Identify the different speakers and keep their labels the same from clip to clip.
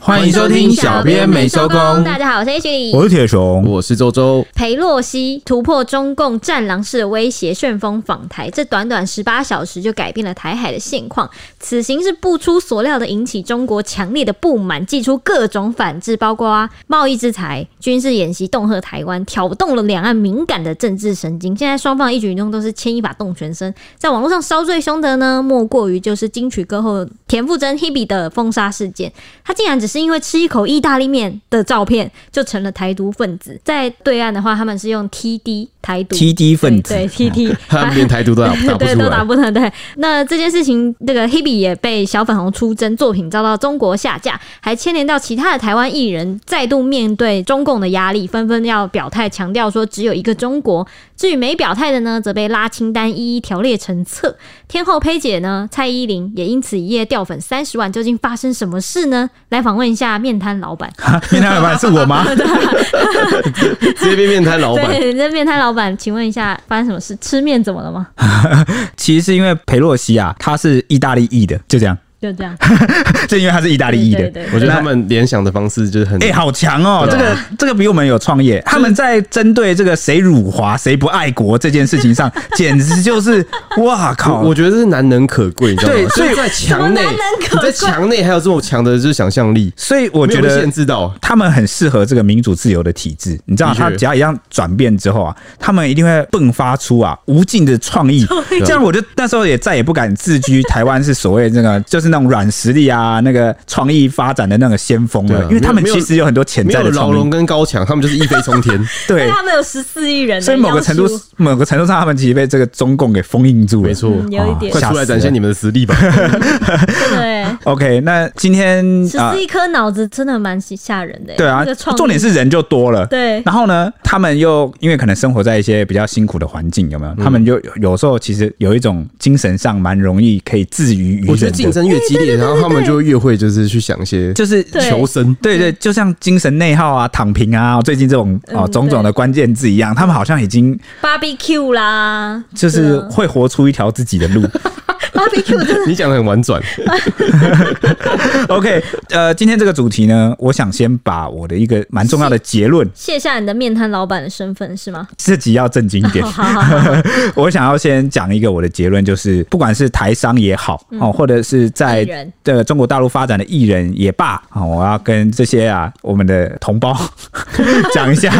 Speaker 1: 欢迎收听小编没收工
Speaker 2: 大家好，我是 H 李。
Speaker 3: 我是铁 熊，
Speaker 1: 我是周周，
Speaker 2: 裴洛西突破中共战狼式的威胁，旋风访台，这短短十八小时就改变了台海的现况。此行是不出所料的引起中国强烈的不满，祭出各种反制，包括贸易制裁、军事演习恫吓台湾，挑动了两岸敏感的政治神经。现在双方一举一动都是牵一发动全身，在网络上烧最凶的呢，莫过于就是金曲歌后田馥甄 Hebe 的封杀事件。他竟然只是因为吃一口意大利面的照片，就成了台独分子。在对岸的话，他们是用 TD 台独
Speaker 3: TD 分子
Speaker 2: 对对 TD，
Speaker 1: 他们连台独都 打打不
Speaker 2: 对，
Speaker 1: 出
Speaker 2: 都打
Speaker 3: 啊
Speaker 1: 来。
Speaker 2: 不成。对，那这件事情，这个 Hebe 也被小粉红出征，作品遭到中国下架，还牵连到其他的台湾艺人，再度面对中共的压力，纷纷要表态，强调说只有一个中国。至于没表态的呢，则被拉清单，一一条列成册。天后佩姐呢，蔡依林也因此一夜掉粉三十万，究竟发生什么事呢？来访问一下面摊老板。
Speaker 3: 哈面瘫老板是我吗？
Speaker 1: 直接变面摊老板，
Speaker 2: 对，那面摊老板，请问一下发生什么事？吃面怎么了吗？
Speaker 3: 其实是因为裴洛西啊，他是意大利裔的，就这样，
Speaker 2: 就这样，
Speaker 3: 就因为 他是意大利裔的
Speaker 2: 对。对对
Speaker 1: 我觉得他们联想的方式就是很
Speaker 3: 哎、好强哦！这
Speaker 1: 对
Speaker 3: 个这个比我们有创业。他们在针对这个谁辱华、谁不爱国这件事情上，简直就是 哇靠！
Speaker 1: 我我觉得这是难能可贵，你知道吗？
Speaker 3: 对
Speaker 1: 所以在墙内
Speaker 2: 什么难能，可
Speaker 1: 你
Speaker 2: 贵
Speaker 1: 在墙内还有这么强的就是想象力，
Speaker 3: 所以我
Speaker 1: 没
Speaker 3: 觉
Speaker 1: 有被
Speaker 3: 得
Speaker 1: 限制到
Speaker 3: 他们很适合这个民主自由的体制，你知道，
Speaker 1: 的确
Speaker 3: 他只要一样转变之后啊，他们一定会迸发出啊无尽的创意。 这样我就那时候也再也不敢自居台湾是所谓那 个就是那种软实力啊，那个创意发展的那个先锋
Speaker 1: 对
Speaker 3: 了，
Speaker 1: 啊
Speaker 3: 因为他们
Speaker 1: 没有
Speaker 3: 其实有很多潜
Speaker 1: 没
Speaker 3: 在
Speaker 1: 有
Speaker 3: 的
Speaker 1: 牢
Speaker 3: 创
Speaker 1: 笼
Speaker 3: 意。
Speaker 1: 跟高墙，他们就是一飞冲天。
Speaker 3: 对
Speaker 2: 但，他们有十四亿人，
Speaker 3: 所以某个程度
Speaker 2: 要输
Speaker 3: 某个程度上，他们其实被这个中共给封印住了。
Speaker 1: 没错，
Speaker 2: 嗯有一 点
Speaker 1: 快出来展现你们的实力吧！
Speaker 2: 对，
Speaker 3: OK，那今天
Speaker 2: 十
Speaker 3: 啊、
Speaker 2: 四亿颗脑子真的蛮吓人的、欸
Speaker 3: 对啊
Speaker 2: 那个，创意
Speaker 3: 重点是人就多了。
Speaker 2: 对
Speaker 3: 然后呢，他们又因为可能生活在一些比较辛苦的环境，有没有？他们就有时候其实有一种精神上蛮容易可以自娱于
Speaker 1: 我觉得
Speaker 3: 人
Speaker 1: 竞
Speaker 3: 的，
Speaker 1: 争越激烈，然后他们就越会就是去想一些
Speaker 3: 就是
Speaker 2: 对
Speaker 1: 求 生。
Speaker 3: 对对，就像精神内耗啊、躺平啊，最近这种
Speaker 2: 嗯
Speaker 3: 哦
Speaker 2: 对
Speaker 3: 种种的关键字一样，他们好像已经
Speaker 2: barbecue 啦，啊
Speaker 3: 就是会活出一条自己的 路。
Speaker 2: barbecue 真的
Speaker 1: 你讲的很婉转，
Speaker 3: OK，呃，今天这个主题呢，我想先把我的一个蛮重要的结论，
Speaker 2: 卸下你的面摊老板的身份是吗？哦
Speaker 3: 自己要正经 一点
Speaker 2: 好。好好，
Speaker 3: 我想要先讲一个我的结论，就是不管是台商也好，哦，或者是在
Speaker 2: 嗯艺人
Speaker 3: 这个中国大陆发展的艺人也罢，啊、我要跟这些啊我们的同 胞讲一下，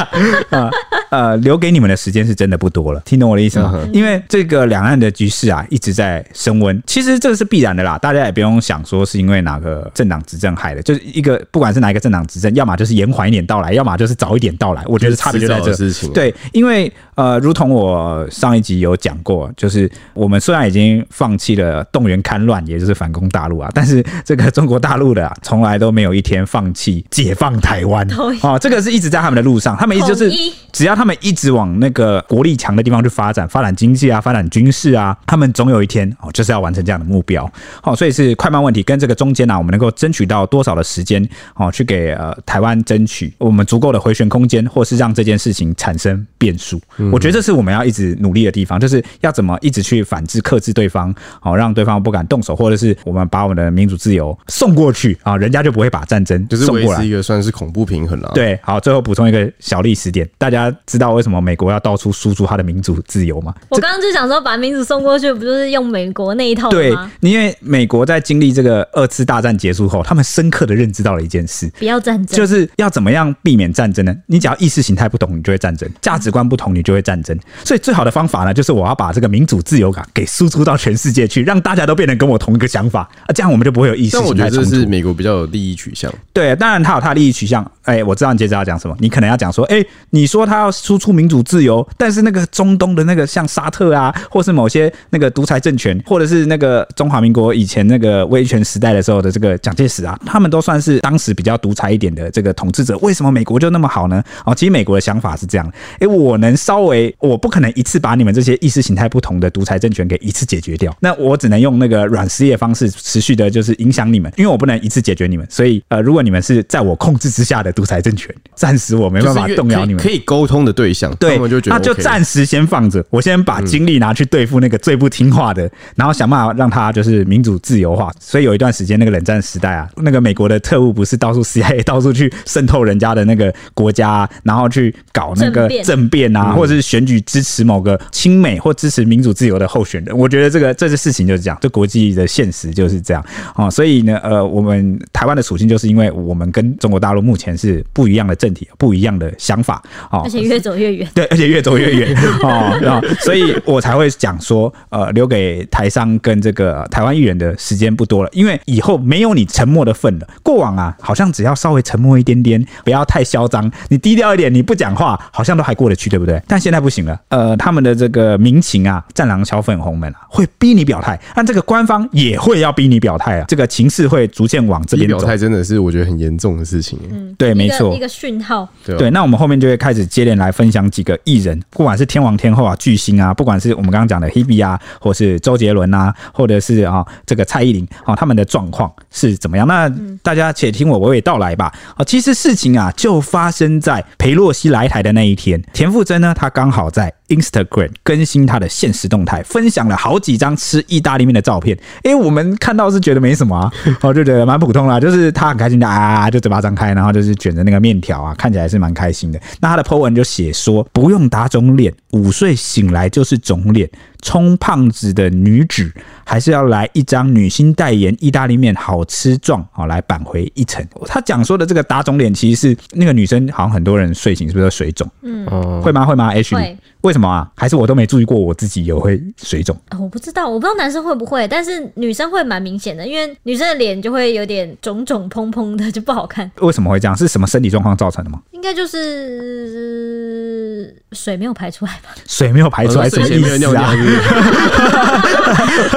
Speaker 3: 啊呃，留给你们的时间是真的不多了，听懂我的意思吗？
Speaker 1: 嗯
Speaker 3: 因为这个两岸的局势啊一直在升温，其实这个是必然的啦，大家也不用想说是因为哪个政党执政害的，就是一个不管是哪一个政党执政，要么就是延缓一点到来，要么就是早一点到来，我觉得差别就在
Speaker 1: 迟早
Speaker 3: 这
Speaker 1: 的。事情。
Speaker 3: 对，因为呃，如同我上一集有讲过，就是我们虽然已经放弃了动员戡乱，也就是反攻大陆啊，但是这个中国大陆的、啊、从来都没有一天放弃解放台湾
Speaker 2: 同意
Speaker 3: 哦，这个是一直在他们的路上，他们一直就是
Speaker 2: 统一
Speaker 3: 只要他们一直往那个国力强的地方去发展，发展经济啊，发展军事啊，他们总有一天哦，就是要完成这样的目标。好、所以是快慢问题跟这个中间呢、我们能够争取到多少的时间哦，去给呃台湾争取哦我们足够的回旋空间，或是让这件事情产生变数。
Speaker 1: 嗯
Speaker 3: 我觉得这是我们要一直努力的地方，就是要怎么一直去反制、克制对方，哦，让对方不敢动手，或者是我们把我们的民主自由送过去啊、人家就不会把战争
Speaker 1: 就是
Speaker 3: 送
Speaker 1: 维
Speaker 3: 过来
Speaker 1: 持。一个算是恐怖平衡了。，
Speaker 3: 对，好，最后补充一个小历史点，大家知道为什么美国要到处输出它的民主自由吗？
Speaker 2: 我刚刚就想说把民主送过去，不就是用美国那一套的
Speaker 3: 对
Speaker 2: 吗？，
Speaker 3: 因为美国在经历这个二次大战结束后，他们深刻的认知到了一件事，
Speaker 2: 不要战争，
Speaker 3: 就是要怎么样避免战争呢？你只要意识形态不同，你就会战争；价值观不同，你就会战争。所以最好的方法呢，就是我要把这个民主自由感给输出到全世界去，让大家都变得跟我同一个想法啊，这样我们就不会有意识
Speaker 1: 但我
Speaker 3: 形
Speaker 1: 觉
Speaker 3: 态
Speaker 1: 得
Speaker 3: 冲
Speaker 1: 这
Speaker 3: 突
Speaker 1: 是。美国比较有利益取向。
Speaker 3: 对，当然他有他的利益取向。哎、我知道你接着要讲什么，你可能要讲说，哎、你说他要输出民主自由，但是那个中东的那个像沙特啊，或是某些那个独裁政权，或者是那个中华民国以前那个威权时代的时候的这个蒋介石啊，他们都算是当时比较独裁一点的这个统治者，为什么美国就那么好呢？哦，其实美国的想法是这样，哎、我能稍微，我不可能一次把你们这些意识形态不同的独裁政权给一次解决掉，那我只能用那个软实力的方式持续的，就是影响你们，因为我不能一次解决你们，所以呃，如果你们是在我控制之下的独裁政权，暂时我没办法
Speaker 1: 就是
Speaker 3: 动摇你们
Speaker 1: 可以。可以沟通的对象，
Speaker 3: 对，
Speaker 1: 他们就觉得
Speaker 3: 那就
Speaker 1: OK
Speaker 3: 暂时先放着，我先把精力拿去对付那个最不听话的，然后想办法让他就是民主自由化。所以有一段时间，那个冷战时代啊，那个美国的特务不是到处 CIA 到处去渗透人家的那个国家、啊，然后去搞那
Speaker 2: 政
Speaker 3: 个
Speaker 2: 变
Speaker 3: 政变啊，
Speaker 1: 嗯
Speaker 3: 或者是选举支持某个亲美或支持民主自由的候选人。我觉得这个这件事情就是这样，这国际的现实就是这样哦。所以呢，呃，我们台湾的属性就是因为我们跟中国大陆目前是不一样的政体，不一样的想法哦
Speaker 2: 而，且越走越远。
Speaker 3: 对，而且越走越远 哦，然后所以我才会讲说，呃，留给台商跟这个台湾艺人的时间不多了，因为以后没有你沉默的份了。过往啊，好像只要稍微沉默一点点，不要太嚣张，你低调一点，你不讲话，好像都还过得去，对不对？但现在不行了，呃，他们的这个民情啊，战狼小粉红们啊，会逼你表态，但这个官方也会要逼你表态啊，这个情势会逐渐往这
Speaker 1: 低
Speaker 3: 边
Speaker 1: 表
Speaker 3: 走。
Speaker 1: 态真的是我觉得很严重的事情，
Speaker 2: 嗯
Speaker 3: 对，没
Speaker 2: 一个
Speaker 3: 错，
Speaker 2: 一个讯号，
Speaker 1: 对啊吧呃
Speaker 3: 对，那我们后面就会开始接连来分享几个艺人，不管是天王天后啊、巨星啊，不管是我们刚刚讲的 Hebe 啊，或是周杰伦啊，或者是啊、这个蔡依林啊、他们的状况是怎么样？那大家且听我娓娓道来吧。啊、其实事情啊就发生在裴洛西来台的那一天，田馥甄呢，她刚好在 Instagram 更新她的现实动态，分享了好几张吃意大利面的照片。诶，我们看到是觉得没什么啊， 我就觉得蛮普通啦，就是她很开心的啊，就嘴巴张开，然后就是卷着那个面条啊，看起来是蛮开心的。那她的 po 文就写说，不用打肿脸，午睡醒来就是肿脸，充胖子的女子还是要来一张女星代言意大利面好吃状，好、来扳回一城。她讲说的这个打肿脸，其实是那个女生好像很多人睡醒是不是都水肿？
Speaker 1: 哦，
Speaker 3: 会吗？会吗？H，
Speaker 2: 会
Speaker 3: 为什么啊？还是我都没注意过我自己有会水肿？
Speaker 2: 啊我不知道，我不知道男生会不会，但是女生会蛮明显的，因为女生的脸就会有点肿肿砰砰的，就不好看。
Speaker 3: 为什么会这样？是什么身体状况造成的吗？
Speaker 2: 应该就是水没有排出来吧？
Speaker 3: 水没有排出来，
Speaker 1: 哦
Speaker 3: 什么
Speaker 1: 睡前
Speaker 3: 意
Speaker 1: 没有尿
Speaker 3: 思
Speaker 1: 尿
Speaker 3: 啊？
Speaker 1: 是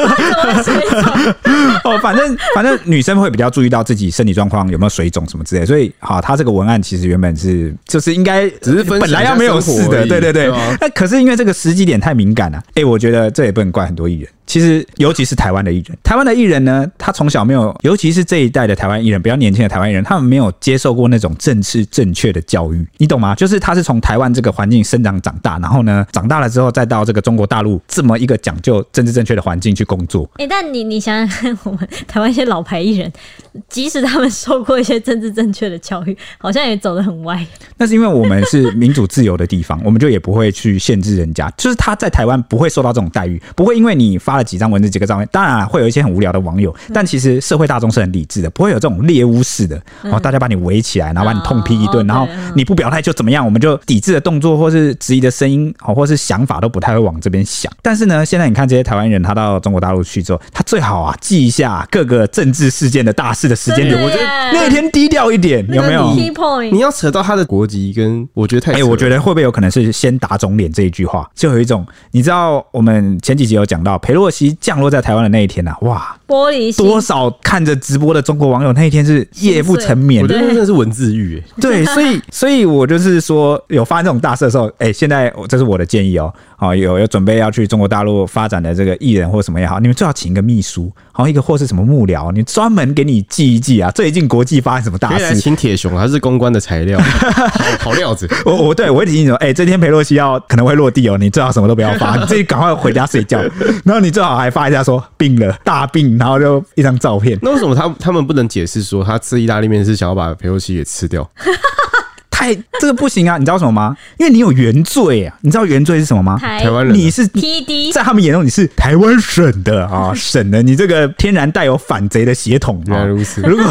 Speaker 1: 不是
Speaker 2: 怎么会水肿？
Speaker 3: 哦，反正反正女生会比较注意到自己身体状况有没有水肿什么之类的，所以好，她这个文案其实原本是就是应该
Speaker 1: 只是分享
Speaker 3: 本来要没有事的，
Speaker 1: 一下生活而已
Speaker 3: 对对对
Speaker 1: 对啊。
Speaker 3: 那可是因为这个时机点太敏感了，哎，我觉得这也不能怪很多艺人。其实，尤其是台湾的艺人，台湾的艺人呢，他从小没有，尤其是这一代的台湾艺人，比较年轻的台湾艺人，他们没有接受过那种正式正确的教育，你懂吗？就是他是从台湾这个环境生长长大，然后呢，长大了之后再到这个中国大陆这么一个讲究政治正确的环境去工作，
Speaker 2: 哎、但你你想想看，我们台湾一些老牌艺人，即使他们受过一些政治正确的教育，好像也走得很歪。
Speaker 3: 那是因为我们是民主自由的地方， 我们就也不会去限制人家。就是他在台湾不会受到这种待遇，不会因为你发了几张文字、几个照片，当然啊会有一些很无聊的网友，但其实社会大众是很理智的，不会有这种猎巫式的，然后大家把你围起来，然后把你痛批一顿，
Speaker 2: 哦
Speaker 3: 然后你不表态就怎么样，我们就抵制的动作或是质疑的声音，哦，或是想法都不太会往这边想。但是呢，现在你看这些台湾人，他到中国大陆去之后，他最好啊记一下各个政治事件的大事的时间点，
Speaker 2: 真
Speaker 3: 我
Speaker 2: 的
Speaker 3: 觉得
Speaker 2: 耶
Speaker 3: 那天低调一点，有没有？
Speaker 2: 那个 key
Speaker 1: 你
Speaker 2: point？
Speaker 1: 要扯到他的国籍，跟我觉得太
Speaker 3: 哎、
Speaker 1: 扯了，
Speaker 3: 我觉得会不会有可能是先打肿脸这一句话，就有一种你知道，我们前几集有讲到裴洛西降落在台湾的那一天呐、啊，哇，
Speaker 2: 玻璃心
Speaker 3: 多少看着直播的中国网友那一天是夜不成眠
Speaker 1: 我觉
Speaker 3: 的。
Speaker 1: 得那真的是文字狱，哎
Speaker 3: 对，所以所以我就是说，有发生这种大事的时候，哎、现在我这是我的建议哦，好、有有准备要去中国大陆发展的这个艺人或什么也好，你们最好请一个秘书，好、一个或是什么幕僚，你专门给你记一记啊，最近国际发生什么大
Speaker 1: 可以来
Speaker 3: 事，
Speaker 1: 请铁熊，他是公关的材 料，好好料子。
Speaker 3: 我我对我会提醒你说，哎、这天裴洛西要可能会落地哦，你最好什么都不要发，你自己赶快回家睡觉。然后你最好还发一下说病了大病，然后就一张照片，
Speaker 1: 那为什么他他们不能解释说他吃意大利面是想要把裴洛西给吃掉？
Speaker 3: 太这个不行啊！你知道什么吗？因为你有原罪啊！你知道原罪是什么吗？
Speaker 2: 台
Speaker 1: 台湾人啊
Speaker 3: 你是
Speaker 2: PD
Speaker 3: 在他们眼中你是台湾省的啊，省的，你这个天然带有反贼的血统
Speaker 1: 原
Speaker 3: 啊
Speaker 1: 来。如此，
Speaker 3: 如果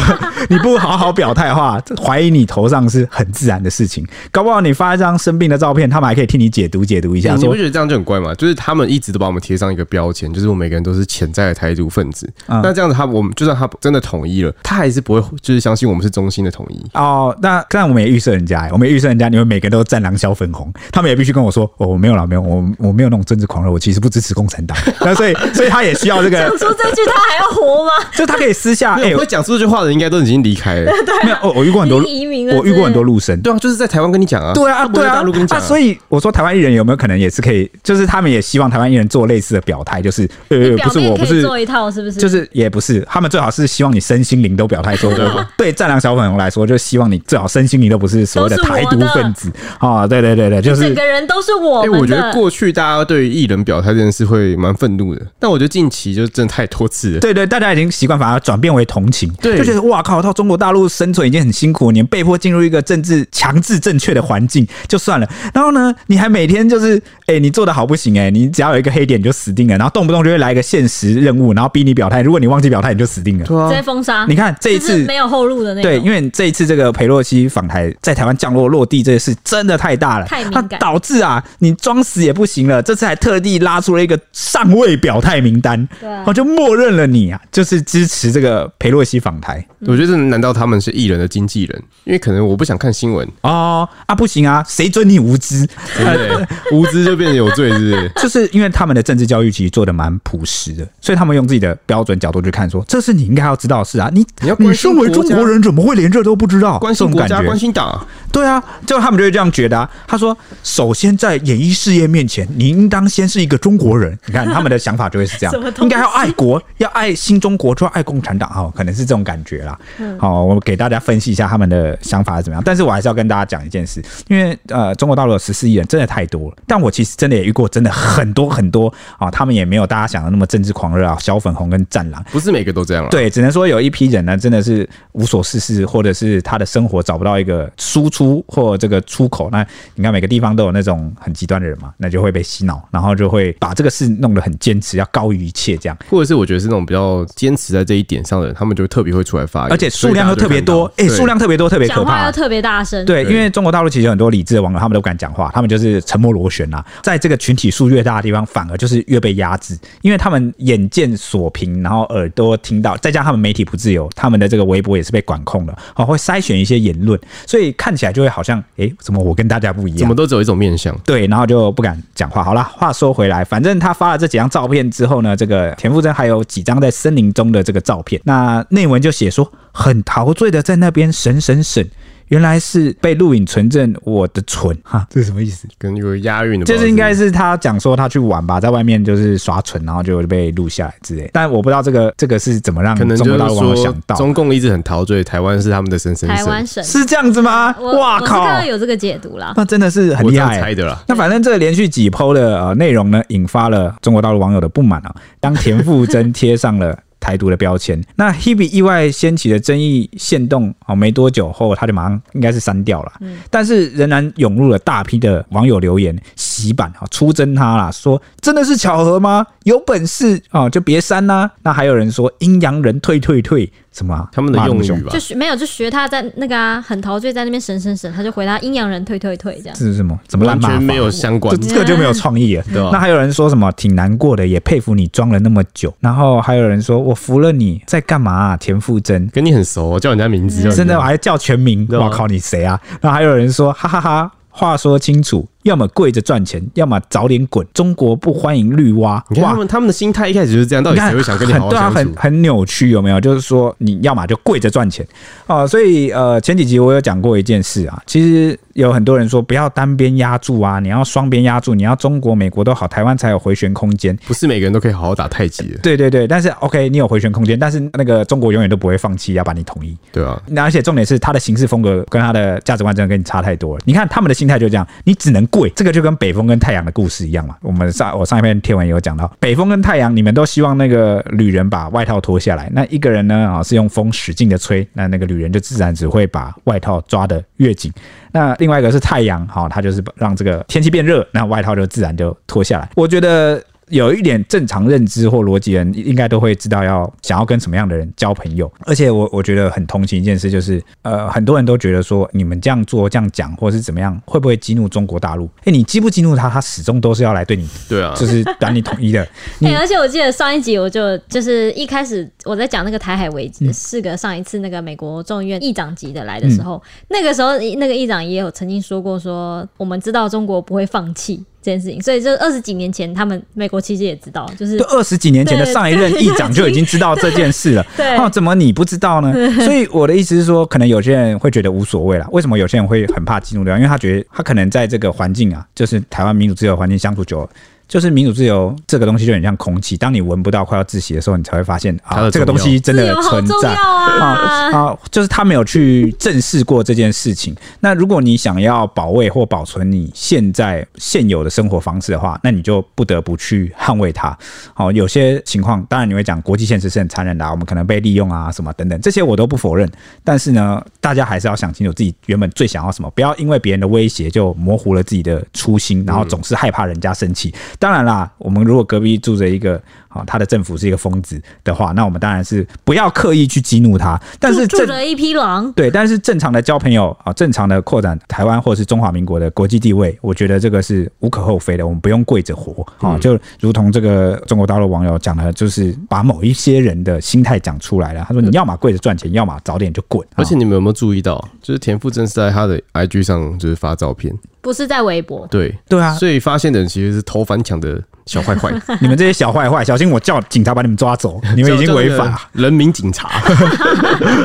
Speaker 3: 你不好好表态的话，这怀疑你头上是很自然的事情。搞不好你发一张生病的照片，他们还可以替你解读解读一下，
Speaker 1: 你
Speaker 3: 说
Speaker 1: 不觉得这样就很怪吗？就是他们一直都把我们贴上一个标签，就是我们每个人都是潜在的台独分子。
Speaker 3: 嗯
Speaker 1: 那这样子他，我们就算他真的统一了，他还是不会就是相信我们是中心的统一。
Speaker 3: 哦，那但我们也预设人家，家、欸，我没预设人家，你们每个人都战狼小粉红，他们也必须跟我说，哦我没有啦，没有，我我没有那种政治狂热，我其实不支持共 产党。那所以，所以他也需要这个
Speaker 2: 讲，出这句，他还要活吗？
Speaker 3: 就他可以私 下，哎、
Speaker 1: 没有会讲出这句话的，应该都已经离开 了。
Speaker 3: 没有，我我遇过很多
Speaker 2: 已经移民了，
Speaker 3: 我遇过很多陆 生，
Speaker 1: 对啊，就是在台湾跟你讲啊。
Speaker 3: 对啊，
Speaker 1: 他不会
Speaker 3: 对
Speaker 1: 在
Speaker 3: 啊
Speaker 1: 大陆跟你，讲
Speaker 3: 啊，
Speaker 1: 啊。
Speaker 3: 所以我说台湾艺人有没有可能也是可以，就是他们也希望台湾艺人做类似的表态，就是呃
Speaker 2: 你，
Speaker 3: 不
Speaker 2: 表
Speaker 3: 是
Speaker 2: 面
Speaker 3: 我，
Speaker 2: 可
Speaker 3: 不
Speaker 2: 以
Speaker 3: 是
Speaker 2: 做一套，是不是？
Speaker 3: 就是也不是，他们最好是希望你身心灵都表态说，对对战狼小粉红来说，就希望你最好身心灵都不是所谓的
Speaker 2: 都是我
Speaker 3: 台独
Speaker 2: 的
Speaker 3: 分子啊、对对对对，就
Speaker 2: 整
Speaker 3: 是
Speaker 2: 个人都是我
Speaker 1: 哎、
Speaker 2: 们的。
Speaker 1: 我觉得过去大家对于艺人表态这件事会蛮愤怒的，但我觉得近期就真的太多次了。
Speaker 3: 对对，大家已经习惯把它转变为同情，
Speaker 1: 对
Speaker 3: 就觉得哇靠，到中国大陆生存已经很辛苦，你被迫进入一个政治强制正确的环境就算了，然后呢，你还每天就是，哎、你做的好不行、哎，你只要有一个黑点你就死定了，然后动不动就会来一个现实任务，然后逼你表态，如果你忘记表态，你就死定了。
Speaker 1: 对啊
Speaker 2: 直接封杀。
Speaker 3: 你看这一
Speaker 2: 就
Speaker 3: 次
Speaker 2: 是没有后路的那种。
Speaker 3: 对，因为这一次这个裴洛西访台在台湾降落落地这个事真的太大了，
Speaker 2: 太敏
Speaker 3: 它
Speaker 2: 感
Speaker 3: 导致啊你装死也不行了，这次还特地拉出了一个尚未表态名单，
Speaker 2: 对啊
Speaker 3: 我就默认了你啊，就是支持这个裴洛西访台
Speaker 1: 我觉得这难道他们是艺人的经纪人？因为可能我不想看新闻，
Speaker 3: 哦啊不行啊，谁准你无 知？
Speaker 1: 对不 对？无知就变得有罪，是不是？
Speaker 3: 就是因为他们的政治教育其实做的蛮朴实的，所以他们用自己的标准角度去看说这是你应该要知道的事啊，你
Speaker 1: 你要
Speaker 3: 你
Speaker 1: 关心
Speaker 3: 身为
Speaker 1: 国
Speaker 3: 中
Speaker 1: 家
Speaker 3: 国人怎么会连这都不知道？
Speaker 1: 关心
Speaker 3: 这种
Speaker 1: 国
Speaker 3: 感
Speaker 1: 家，
Speaker 3: 觉
Speaker 1: 关心党啊，
Speaker 3: 对啊，就他们就会这样觉得啊。他说，首先在演艺事业面前，你应当先是一个中国人。你看他们的想法就会是这
Speaker 2: 什么
Speaker 3: 样
Speaker 2: 东，西
Speaker 3: 应该要爱国，要爱新中国，就要爱共产党哦，可能是这种感觉啦。好，我给大家分析一下他们的想法是怎么样。但是我还是要跟大家讲一件事，因为呃，中国大陆有十四亿人真的太多了，但我其实真的也遇过真的很多很多啊、他们也没有大家想的那么政治狂热啊，小粉红跟战狼。
Speaker 1: 不是每个都这样了。，啊
Speaker 3: 对，只能说有一批人呢，真的是无所事事，或者是他的生活找不到一个输出或这个出口。那你看每个地方都有那种很极端的人嘛，那就会被洗脑，然后就会把这个事弄得很坚持，要高于一切这样，
Speaker 1: 或者是我觉得是那种比较坚持在这一点上的人，他们就特别会出来发言，
Speaker 3: 而且数量又特别多，
Speaker 1: 所
Speaker 3: 哎、
Speaker 1: 以大家就看到
Speaker 3: 数量特别多，特别可
Speaker 2: 讲话
Speaker 3: 怕
Speaker 2: 要。特别大声。，
Speaker 3: 对，
Speaker 1: 对
Speaker 3: 因为中国大陆其实有很多理智的网友，他们都不敢讲话，他们就是沉默螺旋啊。在这个群体数越大的地方，反而就是越被压制，因为他们眼见所凭，然后耳朵听到，再加上他们媒体不自由，他们的这个微博也是被管控的，好、会筛选一些言论，所以看起来就会好像，诶、怎么我跟大家不一
Speaker 1: 对怎
Speaker 3: 样
Speaker 1: 么？都只有一种面相。
Speaker 3: 对，然后就不敢讲话。好啦，话说回来，反正他发了这几张照片之后呢，这个田馥甄还有几张在森林中的这个照片，那内文就写说很陶醉的在那边神神神。原来是被录影存证我的唇哈，这是什么意思？
Speaker 1: 跟有押韵的，
Speaker 3: 就是应该是他讲说他去玩吧，在外面就是耍蠢，然后就被录下来之类。但我不知道这个这个是怎么让
Speaker 1: 可能
Speaker 3: 中
Speaker 1: 就
Speaker 3: 国
Speaker 1: 是
Speaker 3: 大陆网友
Speaker 1: 说
Speaker 3: 想到，
Speaker 1: 中共一直很陶醉，台湾是他们的神神
Speaker 2: 台湾
Speaker 1: 神，
Speaker 2: 省，
Speaker 3: 是这样子吗？
Speaker 2: 我
Speaker 3: 哇
Speaker 2: 我是
Speaker 3: 靠！
Speaker 2: 看到有这个解 读啦。
Speaker 3: 那真的是
Speaker 1: 我
Speaker 3: 很
Speaker 1: 这
Speaker 3: 厉
Speaker 1: 样
Speaker 3: 害、
Speaker 1: 猜的啦。
Speaker 3: 那反正这连续几剖的呃内容呢，引发了中国大陆网友的不满啊。当田馥甄贴上了台独的标签， 那 Hebe 意外掀起的争议限动哦，没多久后他就马上应该是删掉了，但是仍然涌入了大批的网友留言洗版啊，出征他啦，说真的是巧合吗？有本事啊、哦就别删啦。那还有人说阴阳人退退退什么啊、
Speaker 1: 他们的
Speaker 3: 骂那
Speaker 1: 用
Speaker 3: 么凶
Speaker 1: 语吧
Speaker 2: 就，学没有，就学他在那个啊，很陶醉在那边神神神，他就回答阴阳人退退退这样。
Speaker 3: 这是什么？怎么烂
Speaker 1: 完
Speaker 3: 骂法？
Speaker 1: 全没有相关
Speaker 3: 这。这个就没有创意了。
Speaker 1: 对啊
Speaker 3: 那还有人说什么挺难过的，也佩服你装了那么久。然后还有人说我服了你，在干嘛、啊？田馥甄。
Speaker 1: 跟你很熟哦，叫人家名字，叫人家
Speaker 3: 嗯真的我还叫全名，
Speaker 1: 对啊
Speaker 3: 我靠你谁啊？然后还有人说哈哈哈话说清楚，要么跪着赚钱，要么早点滚。中国不欢迎绿蛙，
Speaker 1: 你看
Speaker 3: 哇
Speaker 1: 他！们他们的心态一开始就是这样，到
Speaker 3: 你
Speaker 1: 底
Speaker 3: 看，
Speaker 1: 谁会想跟你好
Speaker 3: 很
Speaker 1: 好
Speaker 3: 对啊，
Speaker 1: 相
Speaker 3: 很
Speaker 1: 处？
Speaker 3: 很扭曲，有没有？就是说，你要么就跪着赚钱哦、所以呃，前几集我有讲过一件事啊，其实有很多人说不要单边压住啊，你要双边压住，你要中国、美国都好，台湾才有回旋空间。
Speaker 1: 不是每个人都可以好好打太极的，
Speaker 3: 对对对，但是 OK，你有回旋空间，但是那个中国永远都不会放弃要把你统一。
Speaker 1: 对啊，
Speaker 3: 那而且重点是他的行事风格跟他的价值观真的跟你差太多了。你看他们的心态就这样，你只能跪，这个就跟北风跟太阳的故事一样嘛。我们上我上一篇贴文也有讲到，北风跟太阳，你们都希望那个旅人把外套脱下来，那一个人呢啊是用风使劲的吹，那那个旅人就自然只会把外套抓得越紧。那另外一个是太阳，好、它就是让这个天气变热，那外套就自然就脱下来。我觉得有一点正常认知或逻辑人，应该都会知道要想要跟什么样的人交朋友。而且我我觉得很同情一件事，就是呃，很多人都觉得说你们这样做、这样讲，或者是怎么样，会不会激怒中国大陆？哎、你激不激怒他，他始终都是要来对你，
Speaker 1: 对啊
Speaker 3: 就，是把你统一的。你
Speaker 2: 哎、而且我记得上一集我就就是一开始我在讲那个台海危
Speaker 3: 嗯
Speaker 2: 机，是个上一次那个美国众议院议长级的来的时候，那个时候
Speaker 3: 嗯
Speaker 2: 那个议长也有曾经说过说，我们知道中国不会放弃这件事情，所以就二十几年前，他们美国其实也知道，就是
Speaker 3: 就二十几年前的上一任议长就已经知道这件事了，
Speaker 2: 对
Speaker 3: 哦，怎么你不知道呢？所以我的意思是说，可能有些人会觉得无所谓啦。为什么有些人会很怕激怒对方？因为他觉得他可能在这个环境啊，就是台湾民主自由环境相处久了。就是民主自由这个东西就很像空气，当你闻不到快要窒息的时候，你才会发现
Speaker 1: 它
Speaker 3: 啊，
Speaker 1: 的
Speaker 3: 这个东西真
Speaker 2: 自
Speaker 3: 的
Speaker 2: 由哦好
Speaker 3: 存
Speaker 2: 重
Speaker 3: 在
Speaker 2: 要。啊。
Speaker 3: 啊，就是他没有去正视过这件事情。那如果你想要保卫或保存你现在现有的生活方式的话，那你就不得不去捍卫它。好、有些情况当然你会讲国际现实是很残忍的、啊，我们可能被利用啊什么等等，这些我都不否认。但是呢，大家还是要想清楚自己原本最想要什么，不要因为别人的威胁就模糊了自己的初心，然后总是害怕人家生气。当然啦，我们如果隔壁住着一个。好，他的政府是一个疯子的话，那我们当然是不要刻意去激怒他。但是
Speaker 2: 住
Speaker 3: 正
Speaker 2: 住着一匹狼，
Speaker 3: 对，但是正常的交朋友啊，正常的扩展台湾或者是中华民国的国际地位，我觉得这个是无可厚非的，我们不用跪着活啊。
Speaker 2: 嗯
Speaker 3: 就如同这个中国大陆网友讲的，就是把某一些人的心态讲出来了。
Speaker 2: 嗯
Speaker 3: 他说，你要么跪着赚钱，要么早点就滚。啊
Speaker 1: 而且你们有没有注意到，就是田馥甄是在他的 IG 上就是发照片，
Speaker 2: 不是在微博。
Speaker 1: 对，
Speaker 3: 对 啊，
Speaker 1: 所以发现的人其实是偷翻墙的小坏坏，
Speaker 3: 你们这些小坏坏，小心我叫警察把你们抓 走， 你们已经违法。
Speaker 1: 叫人民警察。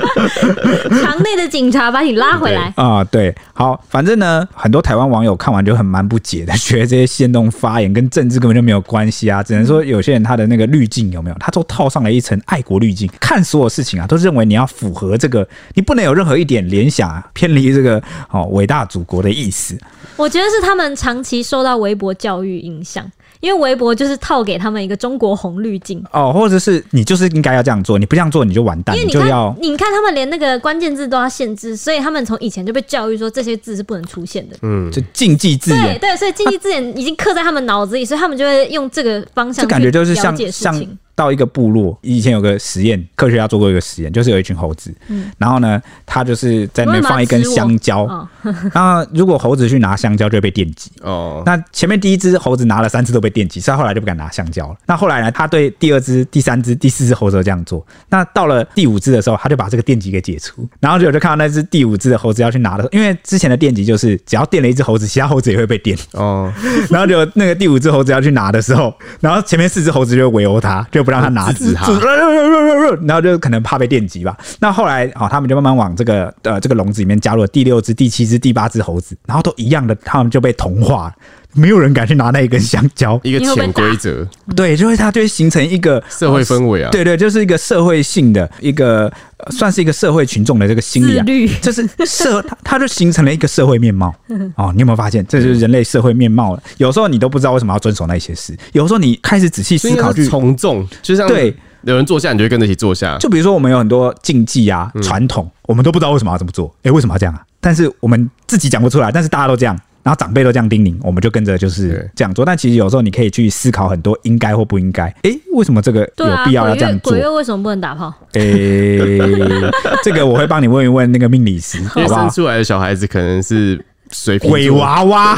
Speaker 2: 墙内的警察把你拉回来，
Speaker 3: 啊、 对，好，反正呢，很多台湾网友看完就很蛮不解的，觉得这些煽动发言跟政治根本就没有关系啊，只能说有些
Speaker 2: 嗯
Speaker 3: 人他的那个滤镜有没有，他都套上了一层爱国滤镜，看所有事情啊，都认为你要符合这个，你不能有任何一点联想、啊、偏离这个哦伟大祖国的意思。
Speaker 2: 我觉得是他们长期受到微博教育影响，因为微博就是套给他们一个中国红滤镜。
Speaker 3: 哦，或者是你就是应该要这样做，你不这样做你就完蛋，
Speaker 2: 因
Speaker 3: 啊你
Speaker 2: 为你
Speaker 3: 就
Speaker 2: 看
Speaker 3: 要，
Speaker 2: 你看他们连那个关键字都要限制，所以他们从以前就被教育说这些字是不能出现的。
Speaker 3: 就禁忌字眼
Speaker 2: 对。对，所以经济字眼已经刻在他们脑子里，所以他们就会用这个方向
Speaker 3: 这
Speaker 2: 去
Speaker 3: 感觉就是
Speaker 2: 了
Speaker 3: 像
Speaker 2: 解事
Speaker 3: 像
Speaker 2: 情。
Speaker 3: 到一个部落，以前有个实验，科学家做过一个实验，就是有一群猴子，
Speaker 2: 嗯
Speaker 3: 然后呢，他就是在那边放一根香蕉，
Speaker 2: 哦，
Speaker 3: 然后如果猴子去拿香蕉就会被电击。
Speaker 1: 哦，
Speaker 3: 那前面第一只猴子拿了三次都被电击，所以他后来就不敢拿香蕉了。那后来呢，他对第二只、第三只、第四只猴子都这样做。那到了第五只的时候，他就把这个电击给解除，然后就就看到那只第五只的猴子要去拿的时候，因为之前的电击就是只要电了一只猴子，其他猴子也会被电。
Speaker 1: 哦，
Speaker 3: 然后就那个第五只猴子要去拿的时候，然后前面四只猴子就围殴他，就不让他拿，
Speaker 1: 制止他
Speaker 3: 就然后就可能怕被电击吧。那后来哦，他们就慢慢往这个呃这个笼子里面加入了第六只、第七只、第八只猴子，然后都一样的，他们就被同化了，没有人敢去拿那一根香蕉。
Speaker 1: 一个潜规则，
Speaker 3: 对，就会它就会形成一个
Speaker 1: 社会氛围啊。
Speaker 3: 对对，就是一个社会性的一个，呃算是一个社会群众的这个心理啊
Speaker 2: 自律，
Speaker 3: 就是社，它它就形成了一个社会面 貌。哦，你有没有发现，这就是人类社会面貌了？有时候你都不知道为什么要遵守那些事，有时候你开始仔细
Speaker 1: 所
Speaker 3: 思
Speaker 1: 以应
Speaker 3: 考
Speaker 1: 该
Speaker 3: 去
Speaker 1: 是。从众，就像
Speaker 3: 对
Speaker 1: 有人坐下，你就会跟着一起坐下。
Speaker 3: 就比如说，我们有很多禁忌啊、
Speaker 1: 嗯
Speaker 3: 传统，我们都不知道为什么要这么做。诶，为什么要这样啊？但是我们自己讲不出来，但是大家都这样，然后长辈都这样叮咛，我们就跟着就是
Speaker 1: 对
Speaker 3: 这样做。但其实有时候你可以去思考很多应该或不应该。诶，为什么这个
Speaker 2: 对
Speaker 3: 有
Speaker 2: 啊，
Speaker 3: 必要要
Speaker 2: 鬼
Speaker 3: 这
Speaker 2: 月
Speaker 3: 样做？
Speaker 2: 鬼月为什么不能打炮？
Speaker 3: 诶、 这个我会帮你问一问那个命理 师，
Speaker 1: 因
Speaker 3: 好
Speaker 1: 为
Speaker 3: 不好
Speaker 1: 生？出来的小孩子可能是水瓶座
Speaker 3: 鬼，娃娃，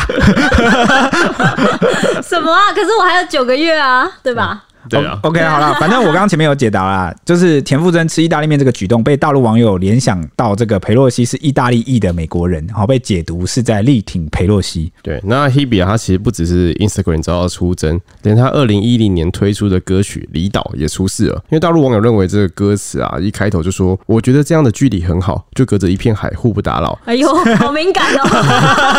Speaker 2: 什么啊？可是我还有九个月啊，对吧？
Speaker 1: 对啊，
Speaker 3: o k 哦好 了，反正我刚刚前面有解答啦，就是田馥甄吃意大利面这个举动被大陆网友联想到这个佩洛西是意大利裔的美国人，好被解读是在力挺佩洛西。
Speaker 1: 对。那 Hebe 啊，他其实不只是 Instagram 遭到出征，连他二零一零年推出的歌曲《离岛》也出事了，因为大陆网友认为这个歌词啊，一开头就说“我觉得这样的距离很好，就隔着一片海，互不打扰”。
Speaker 3: 啊
Speaker 2: 哎呦，好敏感 哦！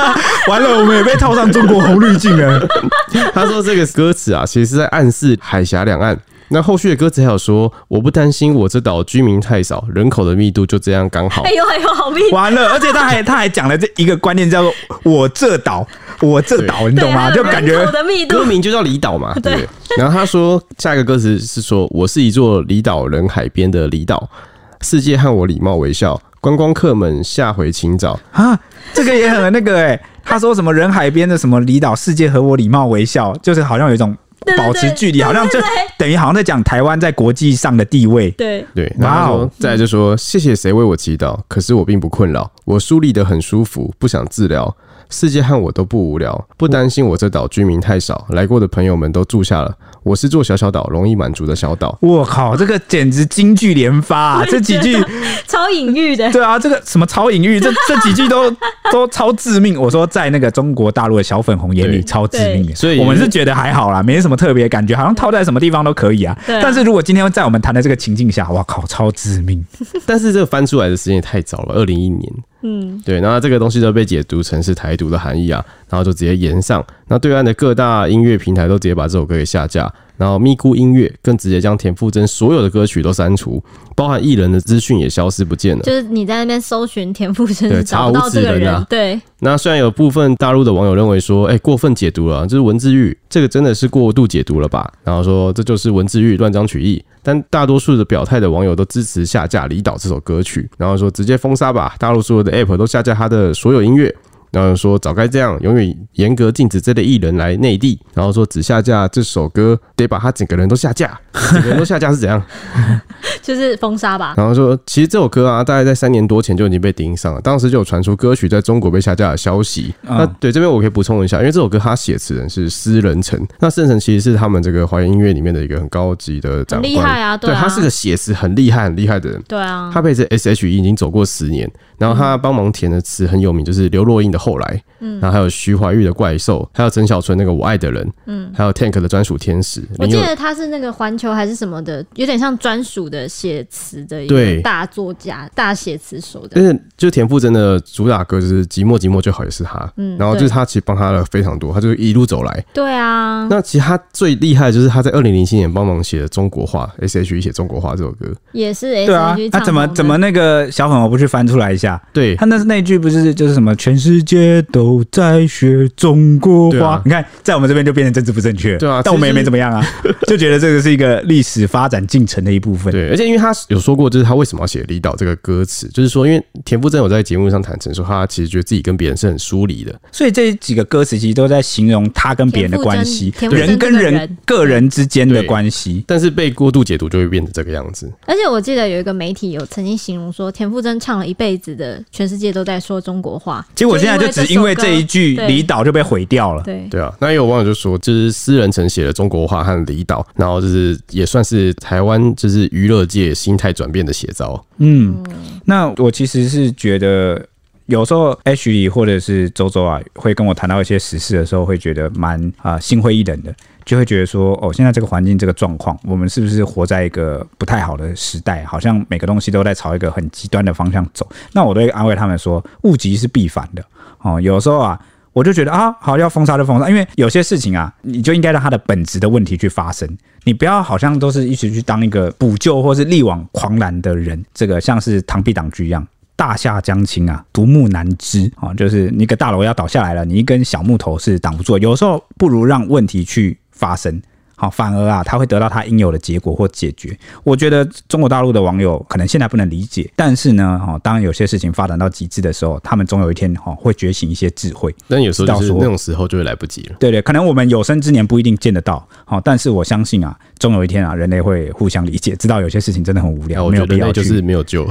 Speaker 3: 完了，我们也被套上中国红滤镜了。
Speaker 1: 他说这个歌词啊，其实是在暗示海峡两岸。那后续的歌词还有说，我不担心我这岛居民太少，人口的密度就这样刚好
Speaker 2: 哎。呦哎呦，好敏感。
Speaker 3: 完了，而且他还他还讲了这一个观念叫做“我这岛，我这岛”，你
Speaker 2: 对
Speaker 3: 懂吗？
Speaker 2: 还有
Speaker 3: 就感觉
Speaker 2: 人口的密 度
Speaker 1: 歌名就叫离岛嘛，对不对。然后他说下一个歌词是说，我是一座离岛人海边的离岛，世界和我礼貌微笑，观光客们下回请找。
Speaker 3: 啊，这个也很那个哎、他说什么人海边的什么离岛，世界和我礼貌微笑，就是好像有一种
Speaker 2: 对对
Speaker 3: 保持距离，
Speaker 2: 对
Speaker 3: 好像就
Speaker 2: 对对
Speaker 3: 等于好像在讲台湾在国际上的地位。
Speaker 2: 对，
Speaker 1: 对，然
Speaker 3: 哇哦
Speaker 1: 后他说再来就说谢谢谁为我祈祷，可是我并不困扰，我梳理的很舒服，不想治疗。世界和我都不无聊，不担心我这岛居民太少，来过的朋友们都住下了，我是座小小岛，容易满足的小岛。
Speaker 3: 我靠，这个简直金句连发、啊，这几句
Speaker 2: 超隐 喻的。
Speaker 3: 对啊，这个什么超 隐喻，这这几句都都超致命。我说在那个中国大陆的小粉红眼里
Speaker 1: 对
Speaker 3: 超致命的，
Speaker 1: 所以
Speaker 3: 我们是觉得还好啦，没什么特别感觉，好像套在什么地方都可以啊。
Speaker 2: 对啊
Speaker 3: 但是如果今天在我们谈的这个情境下，哇靠，超致命。
Speaker 1: 但是这个翻出来的时间也太早了，二零一一年。
Speaker 2: 嗯，
Speaker 1: 对，然后这个东西就被解读成是台独的含义啊，然后就直接延上。那对岸的各大音乐平台都直接把这首歌给下架，然后咪咕音乐更直接将田馥甄所有的歌曲都删除，包含艺人的资讯也消失不见了。
Speaker 2: 就是你在那边搜寻田馥甄
Speaker 1: 对
Speaker 2: 是找不到这个
Speaker 1: 查无此人
Speaker 2: 人
Speaker 1: 啊，
Speaker 2: 对，
Speaker 1: 那虽然有部分大陆的网友认为说，哎、过分解读了，这是文字狱，这个真的是过度解读了吧？然后说这就是文字狱，断章取义。但大多数的表态的网友都支持下架《离岛》这首歌曲，然后说直接封杀吧，大陆所有的 App 都下架他的所有音乐。然后说早该这样，永远严格禁止这类艺人来内地。然后说只下架这首歌，得把他整个人都下架，整个人都下架是怎样？
Speaker 2: 就是封杀吧。
Speaker 1: 然后说，其实这首歌啊，大概在三年多前就已经被盯上了，当时就有传出歌曲在中国被下架的消息。
Speaker 2: 啊
Speaker 3: 嗯
Speaker 1: 那对这边我可以补充一下，因为这首歌它写词人是施仁成，那施仁成其实是他们这个华研音乐里面的一个很高级的长
Speaker 2: 很
Speaker 1: 官，
Speaker 2: 厉害啊对
Speaker 1: 对
Speaker 2: 啊
Speaker 1: 他是个写词很厉害、很厉害的人。
Speaker 2: 对啊，
Speaker 1: 他陪着 S.H.E 已经走过十年，然后他
Speaker 2: 嗯
Speaker 1: 帮忙填的词很有名，就是刘若英的《后来》，嗯，然后还有徐怀钰的《怪兽》，还有陈小春那个《我爱的人》，嗯，还有 Tank 的《专属天使》，
Speaker 2: 我
Speaker 1: 林
Speaker 2: 记
Speaker 1: 宥
Speaker 2: 得他是那个环球还是什么的，有点像专属的写词的一个
Speaker 1: 对
Speaker 2: 大作家、大写词手的
Speaker 1: 但。是就田馥甄的主打歌就是《寂寞寂寞就好》也是他，
Speaker 2: 嗯
Speaker 1: 然后就是他其实帮他了非常多，他就是一路走来。
Speaker 2: 对啊，
Speaker 1: 那其实他最厉害的就是他在二零零七年帮忙写的《中国话》，S.H.E 写《中国话》这首歌，
Speaker 2: 也是 S
Speaker 3: 对啊
Speaker 2: H，
Speaker 3: 那、怎么怎么那个小粉我不去翻出来一下？
Speaker 1: 对
Speaker 3: 他那那句不是就是什么全世界都在学中国
Speaker 1: 对
Speaker 3: 话？
Speaker 1: 啊
Speaker 3: 你看，在我们这边就变成政治不正确，
Speaker 1: 对啊
Speaker 3: 但我们也
Speaker 1: 其实
Speaker 3: 没怎么 样啊，就觉得这个是一个历史发展进程的一部分。
Speaker 1: 对，而且因为他有说过，就是他为什么要写《离岛》这个歌词，就是说因为田馥甄有在节目上坦诚说，他其实觉得自己跟别人是很疏离的，
Speaker 3: 所以这几个歌词其实都在形容他跟别人的关系，
Speaker 2: 田馥甄
Speaker 3: 人跟
Speaker 2: 田馥甄这个
Speaker 3: 人
Speaker 2: 人、
Speaker 3: 个人之间的
Speaker 1: 对
Speaker 3: 关系。
Speaker 1: 但是被过度解读就会变成这个样子。
Speaker 2: 而且我记得有一个媒体有曾经形容说，田馥甄唱了一辈子的，全世界都在说中国话，
Speaker 3: 结果现在就只因为这一句
Speaker 2: 就因为这首歌
Speaker 3: 离岛就被毁掉了。
Speaker 2: 对。
Speaker 1: 对啊，那也有网友就说，就是私人城写的《中国话》和《离岛》，然后就是也算是台湾就是娱乐界心态转变的写照。
Speaker 3: 嗯，那我其实是觉得。有时候 H 里或者是周周啊，会跟我谈到一些时事的时候，会觉得蛮啊、心灰意冷的，就会觉得说，哦，现在这个环境这个状况，我们是不是活在一个不太好的时代？好像每个东西都在朝一个很极端的方向走。那我都会安慰他们说，物极是必反的。哦，有时候啊，我就觉得啊，好要封杀就封杀，因为有些事情啊，你就应该让它的本质的问题去发生，你不要好像都是一直去当一个补救或是力挽狂澜的人，这个像是螳臂挡车一样。大厦将倾啊，独木难支啊、哦就是你一个大楼要倒下来了，你一根小木头是挡不住的。有时候不如让问题去发生，好、反而啊，它会得到它应有的结果或解决。我觉得中国大陆的网友可能现在不能理解，但是呢，哈、哦，当有些事情发展到极致的时候，他们总有一天哈、哦、会觉醒一些智慧。
Speaker 1: 但有时候就
Speaker 3: 知
Speaker 1: 是
Speaker 3: 道说
Speaker 1: 那种时候就会来不及了。
Speaker 3: 对对，可能我们有生之年不一定见得到，好、但是我相信啊，终有一天啊，人类会互相理解，知道有些事情真的很无
Speaker 1: 然哎
Speaker 3: 聊，
Speaker 1: 后我
Speaker 3: 没
Speaker 1: 觉
Speaker 3: 有
Speaker 1: 得
Speaker 3: 必要
Speaker 1: 那
Speaker 3: 去。
Speaker 1: 就是没有救。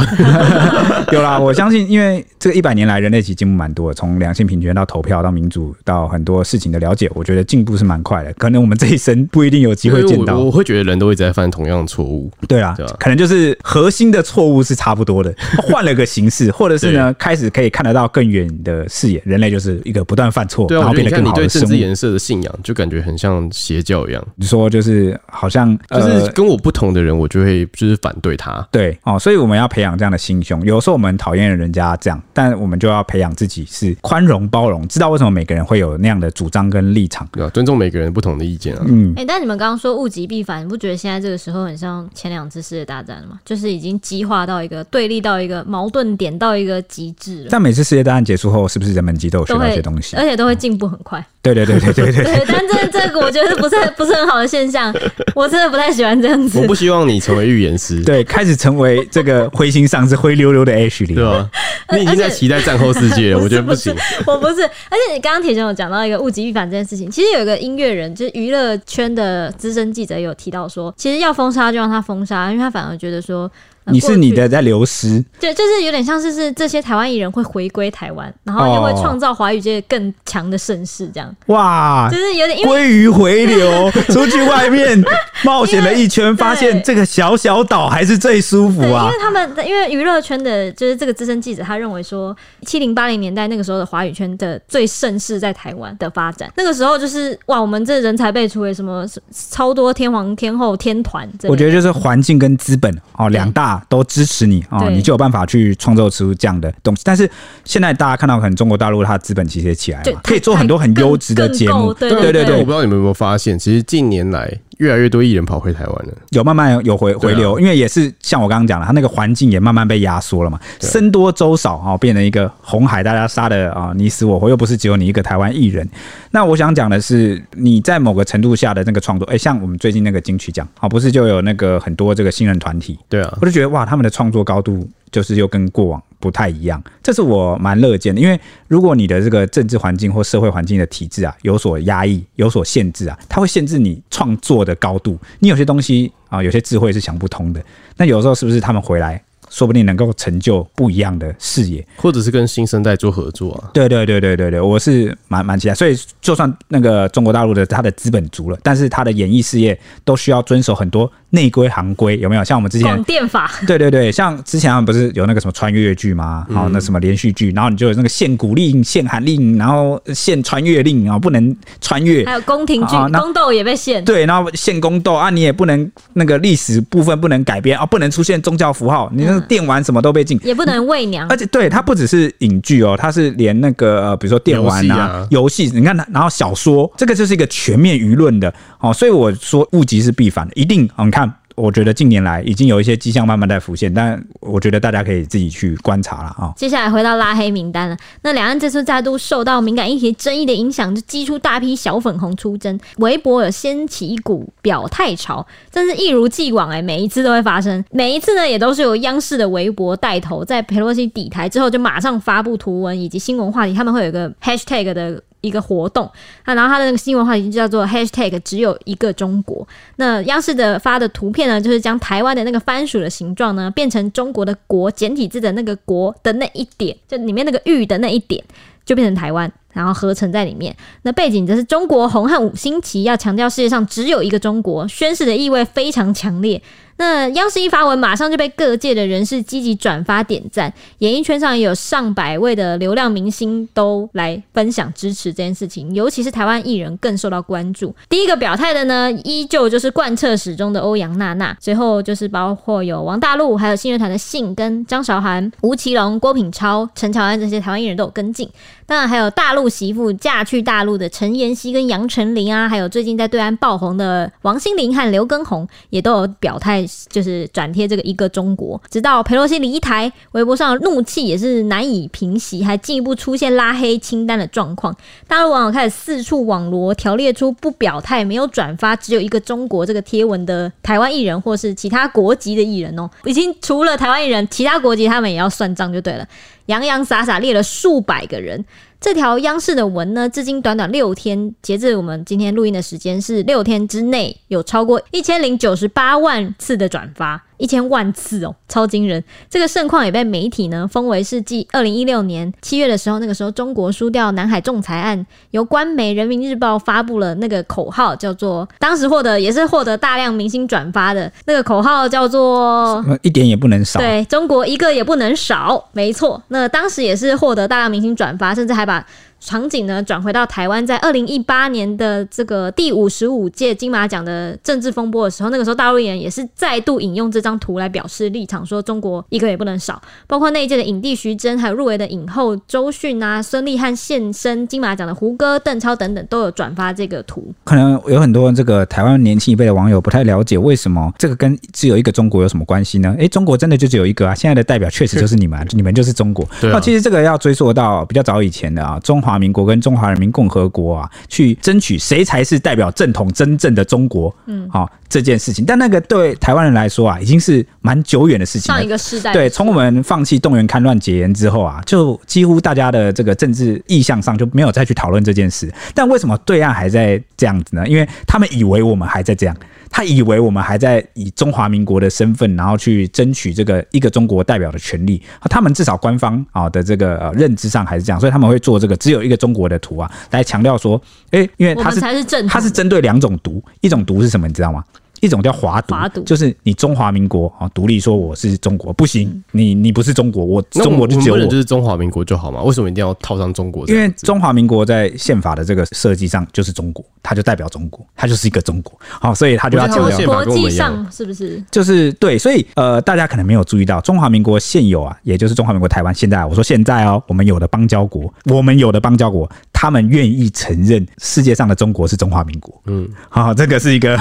Speaker 3: 有啦， 我相信，因为这个一百年来，人类其实进步蛮多的，从两性平权到投票到民主到很多事情的了解，我觉得进步是蛮快的。可能我们这一生不一定有机会见
Speaker 1: 哎因为我
Speaker 3: 到
Speaker 1: 我，会觉得人都一直在犯同样的错误。
Speaker 3: 对啦
Speaker 1: 对啊，
Speaker 3: 可能就是核心的错误是差不多的，换了个形式，或者 是呢，开始可以看得到更远的视野。人类就是一个不断犯错，
Speaker 1: 对
Speaker 3: 然
Speaker 1: 啊，
Speaker 3: 后
Speaker 1: 我觉得
Speaker 3: 变
Speaker 1: 你看
Speaker 3: 得更
Speaker 1: 你
Speaker 3: 好
Speaker 1: 对
Speaker 3: 的
Speaker 1: 政
Speaker 3: 生
Speaker 1: 治
Speaker 3: 物。
Speaker 1: 颜色的信仰，就感觉很像邪教一样，
Speaker 3: 你说就是好像
Speaker 1: 就
Speaker 3: 呃
Speaker 1: 是跟我不同的人，我就会就是反对他。
Speaker 3: 对哦，所以我们要培养这样的心胸。有时候我们讨厌人家这样，但我们就要培养自己是宽容包容，知道为什么每个人会有那样的主张跟立场。
Speaker 1: 对啊，尊重每个人不同的意见啊。
Speaker 3: 嗯，
Speaker 2: 哎、但你们刚刚说物极必反，你不觉得现在这个时候很像前两次世界大战了吗？就是已经激化到一个对立到一个矛盾点到一个极致了，
Speaker 3: 但每次世界大战结束后，是不是人们集都有学
Speaker 2: 都
Speaker 3: 到一
Speaker 2: 会呃
Speaker 3: 些东西
Speaker 2: 而？且都会进步很快。
Speaker 3: 对对对对对 对。
Speaker 2: 对，但这这个我觉得不是不是很好的现象，我真的不太喜欢这样子
Speaker 1: 我。不希望你成为预言师，
Speaker 3: 对，开始成为这个灰心丧志、灰溜溜的 H 里
Speaker 1: 对。啊 吧？你已经在期待战后世界了，
Speaker 2: 不是
Speaker 1: 我觉得
Speaker 2: 不
Speaker 1: 不
Speaker 2: 是
Speaker 1: 行。
Speaker 2: 我不是，而且你刚刚铁熊有讲到一个物极必反这件事情，其实有一个音乐人，就是娱乐圈的资深记者有提到说，其实要封杀就让他封杀，因为他反而觉得说。呃
Speaker 3: 你
Speaker 2: 过
Speaker 3: 是你
Speaker 2: 去
Speaker 3: 的在流失，
Speaker 2: 就就是有点像是是这些台湾艺人会回归台湾，然后又会
Speaker 3: 哦
Speaker 2: 创造华语界更强的盛世，这样
Speaker 3: 哇
Speaker 2: 就！是有点因为
Speaker 3: 鲑鱼回流，出去外 面冒险了一圈，发现
Speaker 2: 对
Speaker 3: 这个小小岛还是最舒服
Speaker 2: 对，因
Speaker 3: 啊
Speaker 2: 为！他们因为娱乐圈的，就是这个资深记者，他认为说，七零八零年代那个时候的华语圈的最盛世在台湾的发展，那个时候就是哇，我们这人才辈出的什么超多天皇、天后、天团之类的，
Speaker 3: 我觉得就是环境跟资本哦，两大都支持你哦，
Speaker 2: 对
Speaker 3: 你就有办法去创造出这样的东西。但是现在大家看到，可能中国大陆它的资本其实也起来
Speaker 2: 就
Speaker 3: 了嘛，可以做很多很优质的节
Speaker 2: 更
Speaker 3: 目
Speaker 2: 够，对
Speaker 3: 对
Speaker 2: 对
Speaker 3: 对
Speaker 1: 我
Speaker 3: 对
Speaker 1: 不，知道你们有没有发现，其实近年来越来越多艺人跑回台湾了。
Speaker 3: 有慢慢有回
Speaker 1: 对啊
Speaker 3: 回流，因为也是像我刚刚讲的，它那个环境也慢慢被压缩了嘛，僧多粥少啊、哦，变成一个红海，大家杀的啊、你死我活，又不是只有你一个台湾艺人。那我想讲的是，你在某个程度下的那个创作，哎、像我们最近那个金曲奖啊、哦，不是就有那个很多这个新人团体，
Speaker 1: 对啊，
Speaker 3: 我就觉得哇，他们的创作高度就是又跟过往不太一样，这是我蛮乐见的。因为如果你的这个政治环境或社会环境的体制啊有所压抑、有所限制啊，它会限制你创作的高度。你有些东西啊，有些智慧是想不通的。那有时候是不是他们回来，说不定能够成就不一样的视野？
Speaker 1: 或者是跟新生代做合作啊。
Speaker 3: 对对对对对对，我是蛮蛮期待。所以就算那个中国大陆的它的资本足了，但是它的演艺事业都需要遵守很多内规行规，有没有？像我们之前
Speaker 2: 广电法，
Speaker 3: 对对对，像之前他们不是有那个什么穿越剧吗？然后那什么连续剧，然后你就有那个限古令、限韩令，然后限穿越令，然后不能穿越
Speaker 2: 还。有宫廷剧、
Speaker 3: 啊那
Speaker 2: 宫斗也被限，
Speaker 3: 对，然后限宫斗啊，你也不能那个历史部分不能改编啊，不能出现宗教符号，你那个电玩什么都被禁。
Speaker 2: 也不能喂娘
Speaker 3: 而，且对它不只是影剧哦，它是连那个、呃、比如说电玩啊、游戏、你看，然后小说，这个就是一个全面舆论的哦。所以我说物极是必反的，一定、哦、你看。我觉得近年来已经有一些迹象慢慢在浮现，但我觉得大家可以自己去观察了啊、哦。
Speaker 2: 接下来回到拉黑名单了。那两岸这次再度受到敏感议题争议的影响，就激出大批小粉红出征，微博有掀起一股表态潮，真是一如既往哎、每一次都会发生，每一次呢也都是由央视的微博带头，在佩洛西底台之后就马上发布图文以及新闻话题，他们会有一个 hashtag 的。一个活动，那然后他的那个新闻话题就叫做 #hashtag 只有一个中国，那央视的发的图片呢，就是将台湾的那个番薯的形状呢，变成中国的“国”简体字的那个“国”的那一点，就里面那个“玉”的那一点，就变成台湾，然后合成在里面。那背景则是中国红和五星旗，要强调世界上只有一个中国，宣誓的意味非常强烈。那央视一发文，马上就被各界的人士积极转发点赞，演艺圈上也有上百位的流量明星都来分享支持这件事情，尤其是台湾艺人更受到关注。第一个表态的呢，依旧就是贯彻始终的欧阳娜娜，随后就是包括有王大陆，还有信乐团的信跟张韶涵、吴奇隆、郭品超、陈乔恩这些台湾艺人都有跟进。当然还有大陆媳妇嫁去大陆的陈妍希跟杨丞琳啊，还有最近在对岸爆红的王心凌和刘畊宏，也都有表态，就是转贴这个一个中国。直到佩洛西离台，微博上的怒气也是难以平息，还进一步出现拉黑清单的状况。大陆网友开始四处网罗，条列出不表态、没有转发、只有一个中国这个贴文的台湾艺人或是其他国籍的艺人哦，已经除了台湾艺人，其他国籍他们也要算账就对了。洋洋洒洒列了数百个人。这条央视的文呢，至今短短六天，截至我们今天录音的时间是六天之内，有超过一千零九十八万次的转发，一千万次哦，超惊人！这个盛况也被媒体呢封为是继二零一六年七月的时候，那个时候中国输掉南海仲裁案，由官媒《人民日报》发布了那个口号，叫做当时获得也是获得大量明星转发的那个口号叫做
Speaker 3: 呃一点也不能少。
Speaker 2: 对中国一个也不能少，没错。那当时也是获得大量明星转发，甚至还把场景呢转回到台湾，在二零一八年的这个第五十五届金马奖的政治风波的时候，那个时候大陆艺人也是再度引用这张图来表示立场，说中国一个也不能少。包括那一届的影帝徐峥，还有入围的影后周迅啊、孙俪和现身金马奖的胡歌、邓超等等，都有转发这个图。
Speaker 3: 可能有很多这个台湾年轻一辈的网友不太了解，为什么这个跟只有一个中国有什么关系呢？诶，中国真的就只有一个啊！现在的代表确实就是你们啊，你们就是中国。
Speaker 1: 对啊
Speaker 3: 那其实这个要追溯到比较早以前的啊，中华华民国跟中华人民共和国啊，去争取谁才是代表正统真正的中国，嗯，好、这件事情。但那个对台湾人来说啊，已经是蛮久远的事情了
Speaker 2: 上一。个世代
Speaker 3: 对，从我们放弃动员戡乱解严之后啊，就几乎大家的这个政治意向上就没有再去讨论这件事。但为什么对岸还在这样子呢？因为他们以为我们还在这样，他以为我们还在以中华民国的身份，然后去争取这个一个中国代表的权利。他们至少官方啊的这个呃认知上还是这样，所以他们会做这个只有一个中国的图啊，来强调说，诶，因为
Speaker 2: 我
Speaker 3: 他
Speaker 2: 们
Speaker 3: 是
Speaker 2: 才是正统，
Speaker 3: 它是针对两种毒，一种毒是什么，你知道吗？一种叫华独，
Speaker 2: 华独
Speaker 3: 就是你中华民国啊，独立说我是中国不行，你你不是中国，我
Speaker 1: 那我
Speaker 3: 中国
Speaker 1: 们
Speaker 3: 就只有
Speaker 1: 我们不能
Speaker 3: 我
Speaker 1: 就。是中华民国就好嘛？为什么一定要套上中国这
Speaker 3: 因为
Speaker 1: 两个字？
Speaker 3: 中华民国在宪法的这个设计上就是中国，它就代表中国，它就是一个中国，好、所以它就要
Speaker 1: 我觉得
Speaker 3: 强
Speaker 1: 他们
Speaker 3: 调
Speaker 1: 宪法
Speaker 2: 国
Speaker 1: 跟我
Speaker 2: 际
Speaker 1: 们一样
Speaker 2: 上是不是？
Speaker 3: 就是对，所以呃，大家可能没有注意到，中华民国现有啊，也就是中华民国台湾现在啊，我说现在哦，我们有的邦交国，我们有的邦交国，他们愿意承认世界上的中国是中华民国，嗯，好、这个是 一个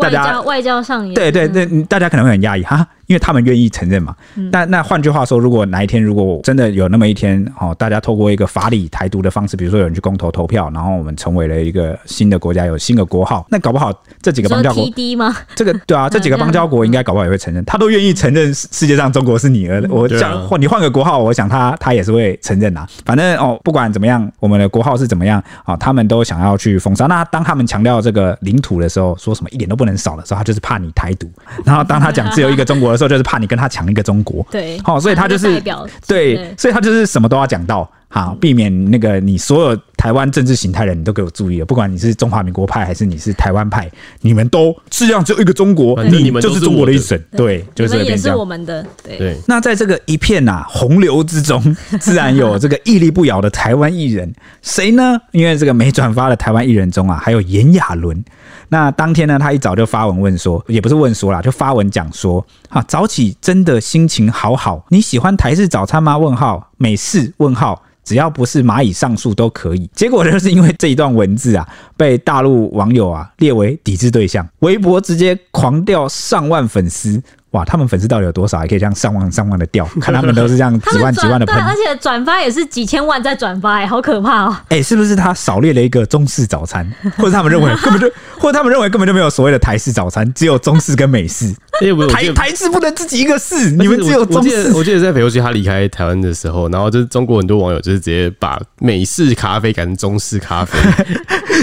Speaker 3: 大
Speaker 2: 外
Speaker 3: 家
Speaker 2: 交外交上也
Speaker 3: 对对对，你大家可能会很压抑哈，因为他们愿意承认嘛。那那换句话说，如果哪一天如果真的有那么一天，哦，大家透过一个法理台独的方式，比如说有人去公投投票，然后我们成为了一个新的国家，有新的国号，那搞不好这几个
Speaker 2: 你说
Speaker 3: 邦交国
Speaker 2: TD 吗？
Speaker 3: 这个对啊，这几个邦交国应该搞不好也会承认，他都愿意承认世世界上中国是你儿的。我
Speaker 1: 对啊
Speaker 3: 想换你换个国号，我想他他也是会承认啊。反正哦，不管怎么样，我们的国号是怎么样啊、他们都想要去封杀。那当他们强调这个领土的时候，说什么一点都不能少的时候，他就是怕你台独；然后当他讲只有一个中国的时候，就是怕你跟他抢一个中国。
Speaker 2: 对，
Speaker 3: 好、所以他就
Speaker 2: 哪一
Speaker 3: 是
Speaker 2: 个代表
Speaker 3: 对，所以他就是什么都要讲到，好，避免那个你所有台湾政治形态人，你都给我注意了，不管你是中华民国派还是你是台湾派，你们都世界上只有一个中国，
Speaker 1: 反正你们
Speaker 3: 就
Speaker 1: 都是
Speaker 3: 中国的
Speaker 1: 我的
Speaker 3: 一省，对，就
Speaker 2: 你
Speaker 3: 是
Speaker 2: 们也
Speaker 3: 变这
Speaker 2: 是我
Speaker 3: 样。
Speaker 2: 们的，对，
Speaker 1: 对，
Speaker 3: 那在这个一片啊洪流之中，自然有这个屹立不摇的台湾艺人，谁呢？因为这个没转发的台湾艺人中啊，还有炎亚纶。那当天呢，他一早就发文问说，也不是问说啦，就发文讲说，啊，早起真的心情好好。你喜欢台式早餐吗？问号，美式问号。只要不是蚂蚁上树都可以。结果就是因为这一段文字啊，被大陆网友啊列为抵制对象，微博直接狂掉上万粉丝。哇，他们粉丝到底有多少？还可以这样上万上万的掉？看他们都是这样
Speaker 2: 他
Speaker 3: 几
Speaker 2: 们
Speaker 3: 万几万
Speaker 2: 转
Speaker 3: 的
Speaker 2: 对，
Speaker 3: 喷。
Speaker 2: 而且转发也是几千万在转发，哎，好可怕哦！
Speaker 3: 哎、是不是他少列了一个中式早餐， 或者他们认 为根本就，或者他们认为根本就没有所谓的台式早餐，只有中式跟美式。
Speaker 1: 因为我我记
Speaker 3: 台
Speaker 1: 得
Speaker 3: 台式不能自己一个市，
Speaker 1: 而且
Speaker 3: 你们只有
Speaker 1: 我我
Speaker 3: 中
Speaker 1: 记得
Speaker 3: 式。
Speaker 1: 我记得在裴佑熙他离开台湾的时候，然后就是中国很多网友就是直接把美式咖啡改成中式咖 啡，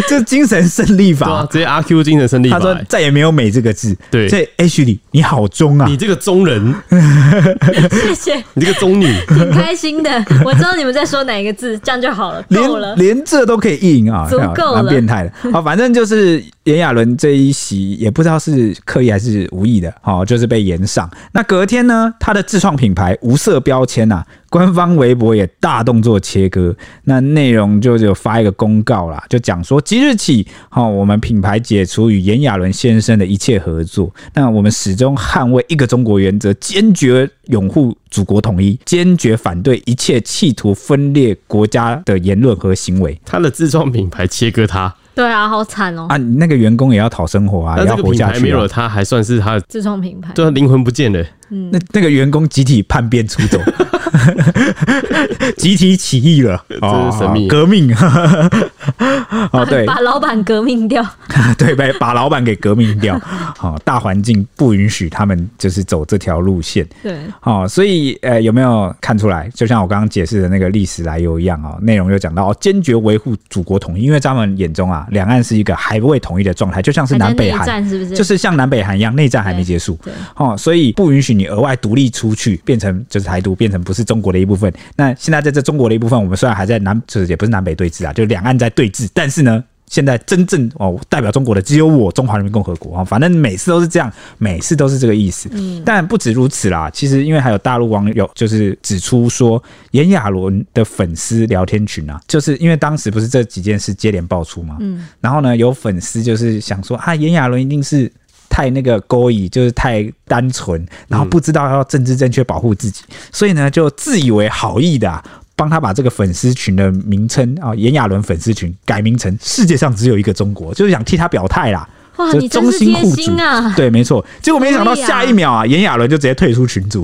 Speaker 3: 这精神胜利
Speaker 1: 对啊
Speaker 3: 法，，
Speaker 1: 直接阿 Q 精神胜利法
Speaker 3: 他说
Speaker 1: 欸。
Speaker 3: 再也没有美这个字。
Speaker 1: 对
Speaker 3: 所以 H 里你好中啊
Speaker 1: 你，这个中人，
Speaker 2: 谢谢，
Speaker 1: 你这个中女，
Speaker 2: 挺开心的。我知道你们在说哪一个字，这样就好了，够了
Speaker 3: 连。连这都可以意淫啊，
Speaker 2: 足够 了
Speaker 3: 蛮变态的。好，反正就是炎亚纶这一席也不知道是刻意还是无意的，好、就是被延上。那隔天呢，他的自创品牌无色标签啊，官方微博也大动作切割，那内容就有发一个公告啦，就讲说即日起，好、我们品牌解除与炎亚纶先生的一切合作。那我们始终捍卫一个中国原则，坚决拥护祖国统一，坚决反对一切企图分裂国家的言论和行为。
Speaker 1: 他的自创品牌切割他，
Speaker 2: 对啊，好惨哦，
Speaker 3: 啊，你那个员工也要讨生活啊，
Speaker 1: 但这
Speaker 3: 也要
Speaker 1: 个
Speaker 3: 活
Speaker 1: 品
Speaker 3: 下
Speaker 1: 牌没
Speaker 3: 去、
Speaker 1: 有
Speaker 3: 啊
Speaker 1: 了。他，还算是他的，
Speaker 2: 自创品牌。
Speaker 1: 对啊，灵魂不见了。
Speaker 3: 那那个员工集体叛变出 走，集体起义了，
Speaker 1: 真是神秘
Speaker 3: 哦革命。 哦，对
Speaker 2: 把老板革命掉，
Speaker 3: 对，被把老板给革命掉。好、大环境不允许他们就是走这条路线。
Speaker 2: 对，
Speaker 3: 哦，所以呃，有没有看出来？就像我刚刚解释的那个历史来由一样哦，内容有讲到、哦、坚决维护祖国统一，因为在他们眼中啊，两岸是一个还未统一的状态，就像是
Speaker 2: 还在
Speaker 3: 南
Speaker 2: 内
Speaker 3: 北韩，
Speaker 2: 战是不是？
Speaker 3: 就是像南北韩一样，内战还没结束
Speaker 2: 对对，
Speaker 3: 哦，所以不允许你额外独立出去，变成就是台独，变成不是中国的一部分。那现在在这中国的一部分，我们虽然还在南，就是也不是南北对峙啊，就是两岸在对峙，但是呢。现在真正哦代表中国的只有我中华人民共和国啊、哦，反正每次都是这样，每次都是这个意思。
Speaker 2: 嗯
Speaker 3: 但不止如此啦，其实因为还有大陆网友就是指出说，炎亚纶的粉丝聊天群啊，就是因为当时不是这几件事接连爆出嘛，
Speaker 2: 嗯
Speaker 3: 然后呢，有粉丝就是想说啊，炎亚纶一定是太那个勾引，就是太单纯，然后不知道要政治正确保护自己，所以呢，就自以为好意的、啊。帮他把这个粉丝群的名称啊，炎亚纶粉丝群改名成“世界上只有一个中国”，就是想替他表态啦。
Speaker 2: 哇，
Speaker 3: 就
Speaker 2: 你真
Speaker 3: 忠
Speaker 2: 是
Speaker 3: 心
Speaker 2: 贴
Speaker 3: 护主
Speaker 2: 心啊！
Speaker 3: 对，没错。结果没想到
Speaker 2: 所以啊
Speaker 3: 下一秒啊，炎亚纶就直接退出群组，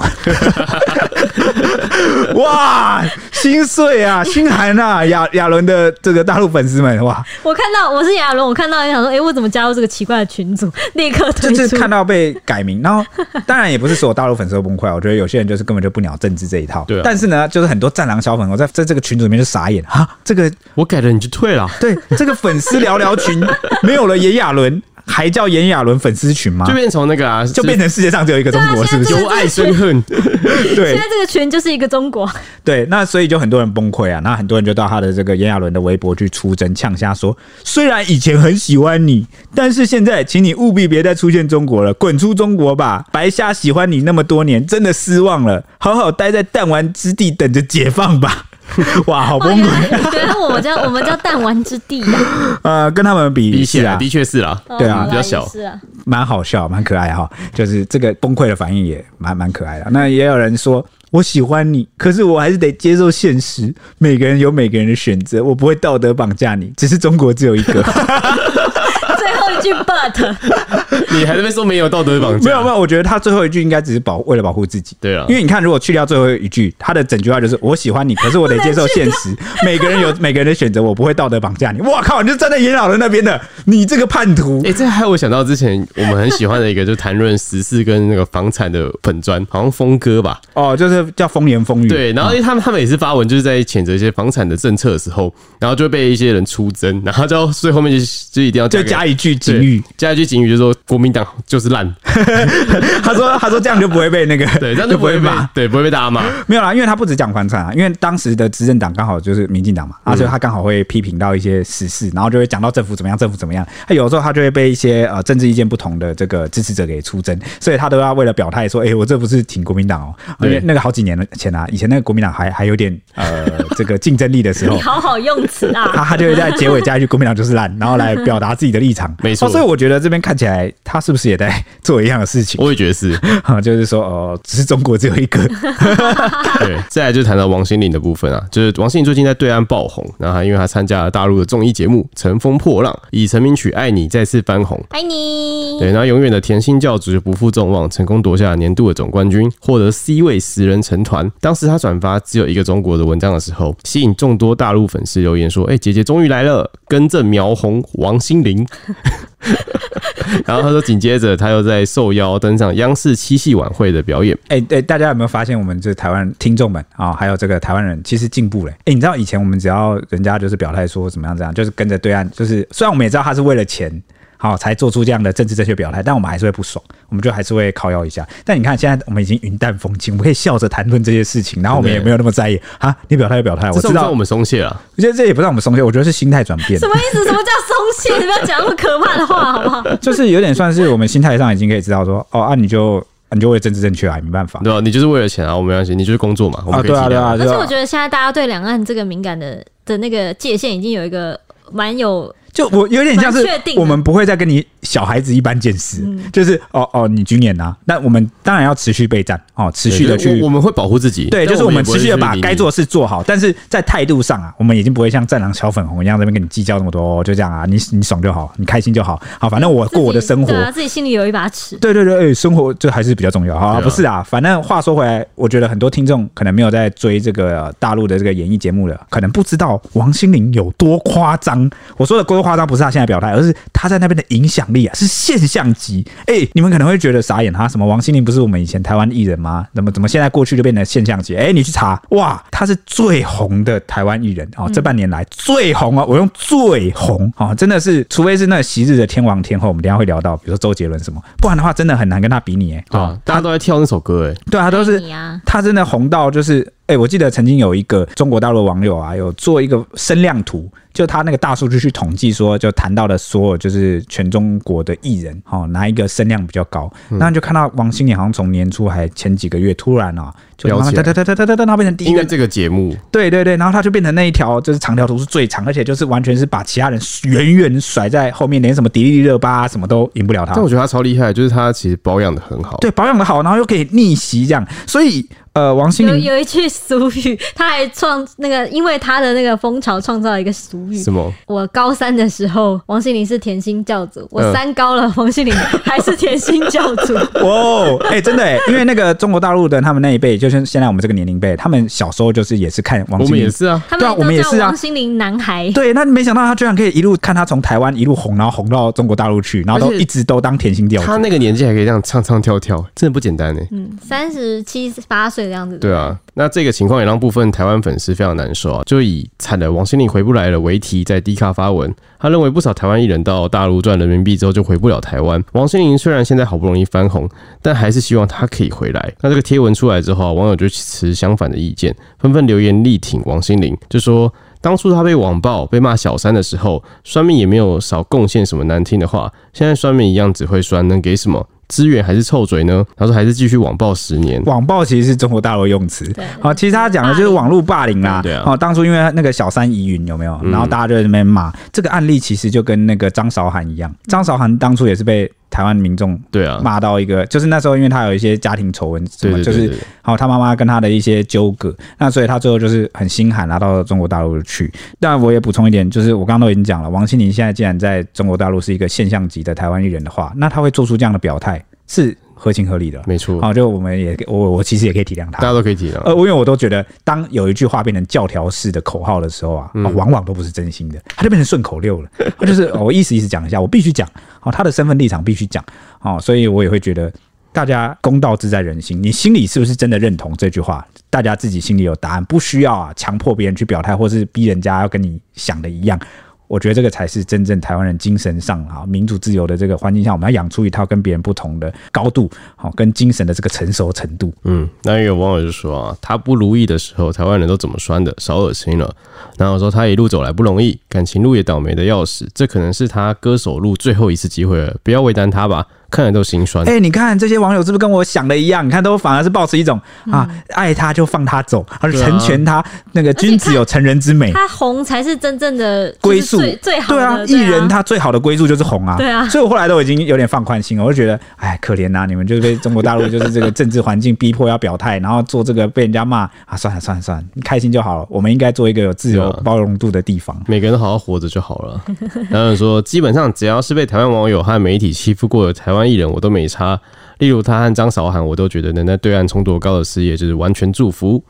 Speaker 3: 哇，心碎啊，心寒啊，亚亚伦的这个大陆粉丝们，哇，
Speaker 2: 我看到我是亚伦，我看到也想说，哎、我怎么加入这个奇怪的群组？立刻退
Speaker 3: 这
Speaker 2: 出。
Speaker 3: 次看到被改名，然后 当然也不是所有大陆粉丝都崩溃，啊我觉得有些人就是根本就不鸟政治这一套。
Speaker 1: 对啊
Speaker 3: 但是呢，就是很多战狼小粉，我在在这个群组里面就傻眼啊，这个
Speaker 1: 我改了你就退了，
Speaker 3: 对这个粉丝聊聊群没有了炎亚纶，还叫炎亚纶粉丝群吗
Speaker 1: 就？变从那个啊，
Speaker 3: 就变成世界上只有一个中国，
Speaker 2: 对啊
Speaker 3: 是不
Speaker 2: 现
Speaker 3: 是啊
Speaker 2: 在？
Speaker 1: 由爱生恨，
Speaker 3: 对
Speaker 2: 现在这个群就是一个中国，
Speaker 3: 对，那所以就很多人崩溃啊，那很多人就到他的这个炎亚纶的微博去出征呛虾说，虽然以前很喜欢你，但是现在请你务必别再出现中国了，滚出中国吧！白瞎喜欢你那么多年，真的失望了，好好待在弹丸之地等着解放吧！哇，好
Speaker 2: 哇，
Speaker 3: 崩
Speaker 2: 原
Speaker 3: 溃
Speaker 2: 来原来我们叫我们叫弹丸之地呀、
Speaker 3: 呃，跟他们比
Speaker 1: 比起
Speaker 3: 是
Speaker 1: 来
Speaker 3: 啊，
Speaker 1: 的确是啦，
Speaker 2: 哦
Speaker 3: 对啊
Speaker 2: 好啦
Speaker 1: 比较小
Speaker 2: 也是啊，
Speaker 3: 蛮好笑，蛮可爱哈，就是这个崩溃的反应也蛮蛮可爱的。那也有人说。我喜欢你，可是我还是得接受现实。每个人有每个人的选择，我不会道德绑架你。只是中国只有一 个，
Speaker 2: 最后一句 but，
Speaker 1: 你还在那边说没有道德绑架，
Speaker 3: 没有没有，我觉得他最后一句应该只是保为了保护自己。
Speaker 1: 对啊
Speaker 3: 因为你看，如果去掉最后一句，他的整句话就是“我喜欢你，可是我得接受现 实，
Speaker 1: 啊
Speaker 3: 每个人有每个人的选择，我不会道德绑架你。”哇靠，你就站在严老人那边的，你这个叛徒！
Speaker 1: 哎、这还有我想到之前我们很喜欢的一个，就谈论时事跟那个房产的粉砖，好像峰哥吧？
Speaker 3: 哦，就是叫风言风语。
Speaker 1: 对，然后因为他们他们也是发文，就是在谴责一些房产的政策的时候，然后就被一些人出征，然后就最后面就就一定要
Speaker 3: 就
Speaker 1: 个
Speaker 3: 加一句警
Speaker 1: 对
Speaker 3: 语，
Speaker 1: 加一句警语，就说国民党就是烂，
Speaker 3: 他说他说这样就不会被那个，
Speaker 1: 对，这样就 不会被
Speaker 3: 骂。
Speaker 1: 对不会被大家骂，
Speaker 3: 没有啦，因为他不止讲房产啊，因为当时的执政党刚好就是民进党嘛，
Speaker 1: 嗯
Speaker 3: 啊，所以他刚好会批评到一些时事，然后就会讲到政府怎么样，政府怎么样。他有时候他就会被一些呃政治意见不同的这个支持者给出征，所以他都要为了表态说，哎、我这不是挺国民党哦，因
Speaker 1: 对
Speaker 3: 为那个好几年了前啊，以前那个国民党还还有点呃这个竞争力 的时候
Speaker 2: 你。好好用词
Speaker 3: 他
Speaker 2: 啊，
Speaker 3: 他就会在结尾加一句“国民党就是烂”，然后来表达自己的立场。
Speaker 1: 没错
Speaker 3: 哦所以我觉得这边看起来他是不是也在做一样的事情？
Speaker 1: 我也觉得是。
Speaker 3: 啊，就是说，哦，只是中国只有一个，
Speaker 1: 对，再来就谈到王心凌的部分啊，就是王心凌最近在对岸爆红，然后她因为她参加了大陆的综艺节目《乘风破浪》，以成名曲《爱你》再次翻红。
Speaker 2: 爱你。
Speaker 1: 对，然后永远的甜心教主就不负众望，成功夺下年度的总冠军，获得 C 位十人成团。当时他转发只有一个中国的文章的时候，吸引众多大陆粉丝留言说：“哎、姐姐终于来了！”跟正苗红王心凌。 然后他说，紧接着他又在受邀登上央视七夕晚会的表演。
Speaker 3: 哎、对，大家有没有发现，我们这台湾听众们啊、还有这个台湾人，其实进步了、哎、你知道以前我们只要人家就是表态说怎么样怎么样，就是跟着对岸，就是虽然我们也知道他是为了钱。好、才做出这样的政治正确表态，但我们还是会不爽，我们就还是会靠腰一下。但你看，现在我们已经云淡风轻，我们可以笑着谈论这些事情，然后我们
Speaker 1: 对
Speaker 3: 也没有那么在意啊。你表态就表态，我
Speaker 1: 这
Speaker 3: 知
Speaker 1: 算不算
Speaker 3: 道，
Speaker 1: 我
Speaker 3: 我
Speaker 1: 们松懈了。
Speaker 3: 觉得这也不让我们松懈，我觉得是心态转变
Speaker 2: 什，么意思？什么叫松懈？你不要讲那么可怕的话，好 不好？
Speaker 3: 就是有点算是我们心态上已经可以知道说，哦啊，你就啊你就为了政治正确啊，没办法
Speaker 1: 对吧？你就是为了钱啊，我没关系，你就是工作嘛，我们
Speaker 3: 啊，
Speaker 1: 可以
Speaker 3: 对啊，
Speaker 1: 体
Speaker 3: 对
Speaker 1: 谅。
Speaker 3: 啊，
Speaker 2: 而
Speaker 3: 对
Speaker 2: 且
Speaker 3: 啊。
Speaker 2: 我觉得现在大家对两岸这个敏感的的那个界限已经有一个蛮有，
Speaker 3: 就我有点像是
Speaker 2: 蛮确定的嗯
Speaker 3: 我们不会再跟你小孩子一般见识，就是哦哦，你军演啊，那我们当然要持续备战哦，持
Speaker 1: 对
Speaker 3: 续的
Speaker 1: 就是
Speaker 3: 去
Speaker 1: 我我们会保护自己。
Speaker 3: 对，
Speaker 1: 但
Speaker 3: 就是我们
Speaker 1: 也不会
Speaker 3: 持续的
Speaker 1: 去
Speaker 3: 把
Speaker 1: 理你
Speaker 3: 该做的事做好，但是在态度上啊，我们已经不会像战狼小粉红一样在那边跟你计较那么多，哦就这样啊，你你爽就好，你开心就好，好，反正我过我的生活
Speaker 2: 对。啊，自己心里有一把尺。
Speaker 3: 对对对，哎、生活这还是比较重要好啊，
Speaker 1: 对啊
Speaker 3: 不是啊，反正话说回来，我觉得很多听众可能没有在追这个呃大陆的这个演艺节目了，可能不知道王心凌有多夸张。我说的多夸张，不是她现在表态，而是她在那边的影响力啊，是现象级。哎、你们可能会觉得傻眼哈，什么王心凌不是我们以前台湾艺人吗？怎么怎么现在过去就变成现象级？哎、你去查，哇，她是最红的台湾艺人
Speaker 1: 嗯
Speaker 3: 哦，这半年来最红哦，我用最红哦，真的是，除非是那昔日的天王天后，我们等一下会聊到，比如说周杰伦什么，不然的话真的很难跟她比拟哎、
Speaker 1: 对啊，大家都在跳那首歌，哎，
Speaker 3: 对啊，都是
Speaker 2: 你啊，
Speaker 3: 他真的红到就是，哎、我记得曾经有一个中国大陆的网友啊，有做一个声量图，就他那个大数据去统计说，就谈到了所有就是全中国的艺人，哦，哪一个声量比较高？
Speaker 1: 嗯
Speaker 3: 那你就看到王心凌好像从年初还前几个月突然啊，就
Speaker 1: 飙
Speaker 3: 慢慢
Speaker 1: 起来
Speaker 3: 哒哒哒哒哒哒，然后变成第一
Speaker 1: 因为
Speaker 3: 个，
Speaker 1: 这个节目，
Speaker 3: 对对对，然后他就变成那一条就是长条图是最长，而且就是完全是把其他人远远甩在后面，连什么迪丽热巴、啊、什么都赢不了他。
Speaker 1: 但我觉得他超厉害，就是他其实保养的很好。
Speaker 3: 对，保养的好，然后又可以逆袭这样，所以。呃，王心
Speaker 2: 有
Speaker 3: 凌
Speaker 2: 有一句俗语，他还创那个，因为他的那个风潮创造了一个俗语。
Speaker 1: 什么？
Speaker 2: 我高三的时候，王心凌是甜心教主；我
Speaker 1: 嗯
Speaker 2: 三高了，王心凌还是甜心教 主。
Speaker 3: 哇哦，哎、真的哎、因为那个中国大陆的他们那一辈，就是现在我们这个年龄辈，他们小时候就是也是看王
Speaker 1: 我
Speaker 3: 心
Speaker 1: 们也
Speaker 3: 凌。
Speaker 1: 是啊，
Speaker 2: 他
Speaker 3: 对啊我们
Speaker 2: 们
Speaker 3: 也
Speaker 2: 都
Speaker 3: 是
Speaker 2: 叫
Speaker 3: 啊
Speaker 2: 王心凌男孩。
Speaker 3: 对，那没想到他居然可以一路看他从台湾一路红，然后红到中国大陆去，然后都
Speaker 1: 而且
Speaker 3: 一直都当甜心教
Speaker 1: 他
Speaker 3: 主。
Speaker 1: 那个年纪还可以这样唱唱跳跳，真的不简单欸呢。
Speaker 2: 嗯，三十七八岁的样子。
Speaker 1: 对啊，那这个情况也让部分台湾粉丝非常难受啊，就以“惨了，王心凌回不来了”为题，在 D 卡发文，他认为不少台湾艺人到大陆赚人民币之后就回不了台湾。王心凌虽然现在好不容易翻红，但还是希望她可以回来。那这个贴文出来之后啊，网友就持相反的意见，纷纷留言力挺王心凌，就说。当初她被网暴、被骂小三的时候，酸民也没有少贡献什么难听的话。现在酸民一样只会酸，能给什么资源还是臭嘴呢？他说还是继续网暴十年。
Speaker 3: 网暴其实是中国大陆用词。
Speaker 2: 对
Speaker 3: 好，其实他讲的就是网络霸凌啦。
Speaker 1: 对啊
Speaker 3: 哦，当初因为那个小三疑云有没有，然后大家就在那边骂。这个案例其实就跟那个张韶涵一
Speaker 1: 嗯
Speaker 3: 样，张韶涵当初也是被台湾民众
Speaker 1: 对啊，
Speaker 3: 骂到一个，就是那时候因为他有一些家庭丑闻什
Speaker 1: 对
Speaker 3: 么，
Speaker 1: 对
Speaker 3: 就
Speaker 1: 对
Speaker 3: 是
Speaker 1: 对。
Speaker 3: 好，他妈妈跟他的一些纠葛，那所以他最后就是很心寒，拿到中国大陆去。但我也补充一点，就是我刚刚都已经讲了，王心凌现在既然在中国大陆是一个现象级的台湾艺人的话，那他会做出这样的表态是合情合理的。
Speaker 1: 没错，
Speaker 3: 好，就我们也我我其实也可以体谅
Speaker 1: 大家
Speaker 3: 他。
Speaker 1: 都可以啊体谅。
Speaker 3: 呃，因为我都觉得，当有一句话变成教条式的口号的时候啊，啊往往都不是真心的，他就变成顺口溜了。 他就是、哦我意思意思讲一下，我必须讲，哦，他的身份立场必须讲，哦，所以我也会觉得，大家公道自在人心，你心里是不是真的认同这句话？大家自己心里有答案，不需要啊强迫别人去表态，或是逼人家要跟你想的一样。我觉得这个才是真正台湾人精神上啊，民主自由的这个环境下，我们要养出一套跟别人不同的高度，好、跟精神的这个成熟程度。
Speaker 1: 嗯，那也有网友就说啊，他不如意的时候，台湾人都怎么酸的，少恶心了。然后说他一路走来不容易，感情路也倒霉的要死，这可能是他歌手路最后一次机会了，不要为难他吧，看了都心酸。
Speaker 3: 哎、你看这些网友是不是跟我想的一样？你看，都反而是抱持一种
Speaker 2: 嗯
Speaker 3: 啊，爱他就放他走，而
Speaker 1: 对啊
Speaker 3: 成全他。那个君子有成人之美。
Speaker 2: 他红才是真正的就是
Speaker 3: 归宿
Speaker 2: 最最好
Speaker 3: 对
Speaker 2: 的
Speaker 3: 啊，艺人他最好的归宿就是红啊，
Speaker 2: 对啊
Speaker 3: 所以我后来都已经有点放宽心了，我就觉得，哎，可怜呐、你们就是被中国大陆就是这个政治环境逼迫要表态，然后做这个被人家骂啊，算了算了算了，你开心就好了，我们应该做一个有自由
Speaker 1: 对啊
Speaker 3: 包容度的地方。
Speaker 1: 每个人都好好活着就好了。 然后说，基本上只要是被台湾网友和媒体欺负过的台湾艺人，我都没差。例如他和张韶涵，我都觉得能在对岸冲多高的事业，就是完全祝福。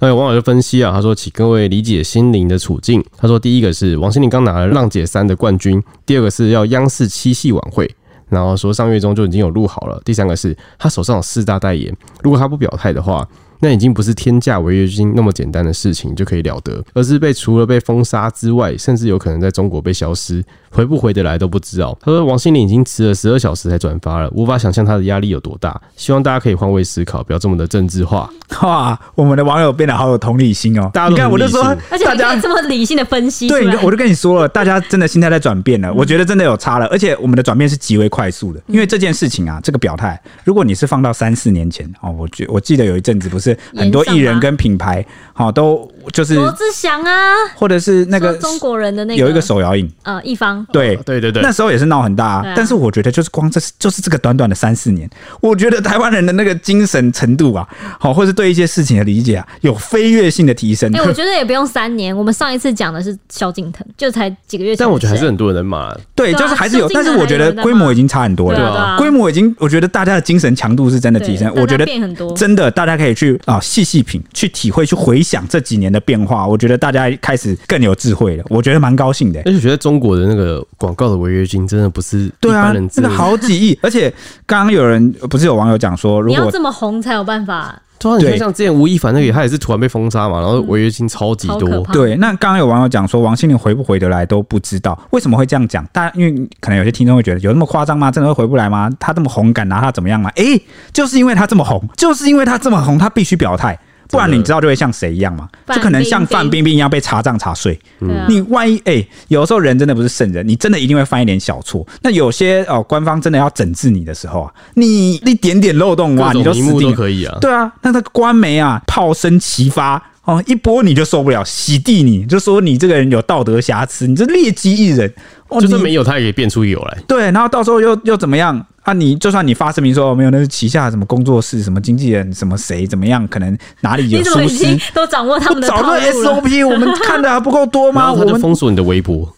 Speaker 1: 那有网友就分析啊，他说，请各位理解心灵的处境。他说，第一个是王心凌刚拿了《浪姐三》的冠军，第二个是要央视七夕晚会。然后说上月中就已经有录好了。第三个是他手上有四大代言，如果他不表态的话，那已经不是天价违约金那么简单的事情就可以了得，而是被除了被封杀之外，甚至有可能在中国被消失，回不回得来都不知道。他说王心凌已经迟了十二小时才转发了，无法想象他的压力有多大。希望大家可以换位思考，不要这么的政治化。
Speaker 3: 哇，我们的网友变得好有同理心哦，
Speaker 1: 大家都
Speaker 3: 你看我就说
Speaker 1: 很理，
Speaker 2: 而且
Speaker 3: 大
Speaker 2: 还
Speaker 3: 家
Speaker 2: 可以这么理性的分析出
Speaker 3: 对，
Speaker 2: 来嗯
Speaker 3: 你看我就跟你说了，大家真的心态在转变了，我觉得真的有差了，而且我们的转变是极为快速的，因为这件事情啊，这个表态，如果你是放到三四年前哦，我觉我记得有一阵子不是很多艺人跟品牌，好、都就是
Speaker 2: 罗志祥啊，
Speaker 3: 或者是那个
Speaker 2: 说中国人的那个
Speaker 3: 有一个手摇影，
Speaker 2: 呃一方，
Speaker 3: 对。
Speaker 1: 哦对对对
Speaker 3: 那时候也是闹很大、啊，
Speaker 2: 对啊
Speaker 3: 但是我觉得就是光这就是这个短短的三四年，我觉得台湾人的那个精神程度啊，好、或是对一些事情的理解啊，有飞跃性的提升。
Speaker 2: 哎、我觉得也不用三年。我们上一次讲的是萧敬腾，就才几个月前的事。
Speaker 1: 但我觉得还是很多人在骂，
Speaker 3: 对，
Speaker 2: 对啊
Speaker 3: 就是还是有，
Speaker 2: 就
Speaker 3: 但
Speaker 2: 近
Speaker 3: 是
Speaker 2: 的
Speaker 3: 我觉得规模已经差很多
Speaker 2: 对啊对
Speaker 3: 了
Speaker 2: 啊，
Speaker 3: 规模已经，我觉得大家的精神强度是真的提升，
Speaker 2: 对
Speaker 3: 我觉得。
Speaker 2: 大家变很多。
Speaker 3: 真的，大家可以去啊细细品，去体会，去回想这几年的变化。我觉得大家开始更有智慧了，我觉得蛮高兴的、
Speaker 1: 而且觉得中国的那个广告的违约金真的不是一
Speaker 3: 对啊
Speaker 1: 般人，知
Speaker 3: 那个
Speaker 1: 道。
Speaker 3: 好几亿，而且刚刚有人不是有网友讲说，如
Speaker 2: 你要
Speaker 3: 果
Speaker 2: 这么红才有办法。
Speaker 1: 对啊，你
Speaker 3: 对
Speaker 1: 看像之前吴亦凡那个，他也是突然被封杀嘛，然后违约金超级
Speaker 2: 超可
Speaker 1: 多
Speaker 2: 怕。
Speaker 3: 对，那刚刚有网友讲说，王心凌回不回得来都不知道，为什么会这样讲？大家因为可能有些听众会觉得有那么夸张吗？真的会回不来吗？她这么红，敢拿她怎么样吗？诶、就是因为她这么红， 就是因为她这么红，她必须表态。不然
Speaker 1: 真的
Speaker 3: 你知道就会像谁一样吗？就
Speaker 2: 范
Speaker 3: 可能像
Speaker 2: 冰冰
Speaker 3: 范冰冰一样被查账查税。
Speaker 2: 对啊
Speaker 3: 你万一哎、有时候人真的不是圣人，你真的一定会犯一点小错。那有些哦、呃官方真的要整治你的时候啊，你一点点漏洞哇，
Speaker 1: 各
Speaker 3: 你就
Speaker 1: 种
Speaker 3: 死
Speaker 1: 名目
Speaker 3: 定
Speaker 1: 都
Speaker 3: 了。
Speaker 1: 可以啊，
Speaker 3: 对啊，那个官媒啊，炮声齐发哦，一波你就受不了，洗地你就说你这个人有道德瑕疵，你这劣迹艺人哦，
Speaker 1: 就算
Speaker 3: 你
Speaker 1: 没有他也可以变出有来。
Speaker 3: 对，然后到时候又又怎么样？啊，你就算你发声明说哦没有，那是旗下什么工作室、什么经纪人、什么谁怎么样，可能哪里有
Speaker 2: 你怎么
Speaker 3: 疏
Speaker 2: 已
Speaker 3: 失
Speaker 2: 经，都掌握他
Speaker 3: 不
Speaker 2: 们的
Speaker 3: 早
Speaker 2: 套
Speaker 3: 个
Speaker 2: 路了？
Speaker 3: SOP 我们看的还不够多
Speaker 1: 然
Speaker 3: 吗？
Speaker 1: 后
Speaker 3: 我
Speaker 1: 他就
Speaker 3: 们
Speaker 1: 封锁你的微博，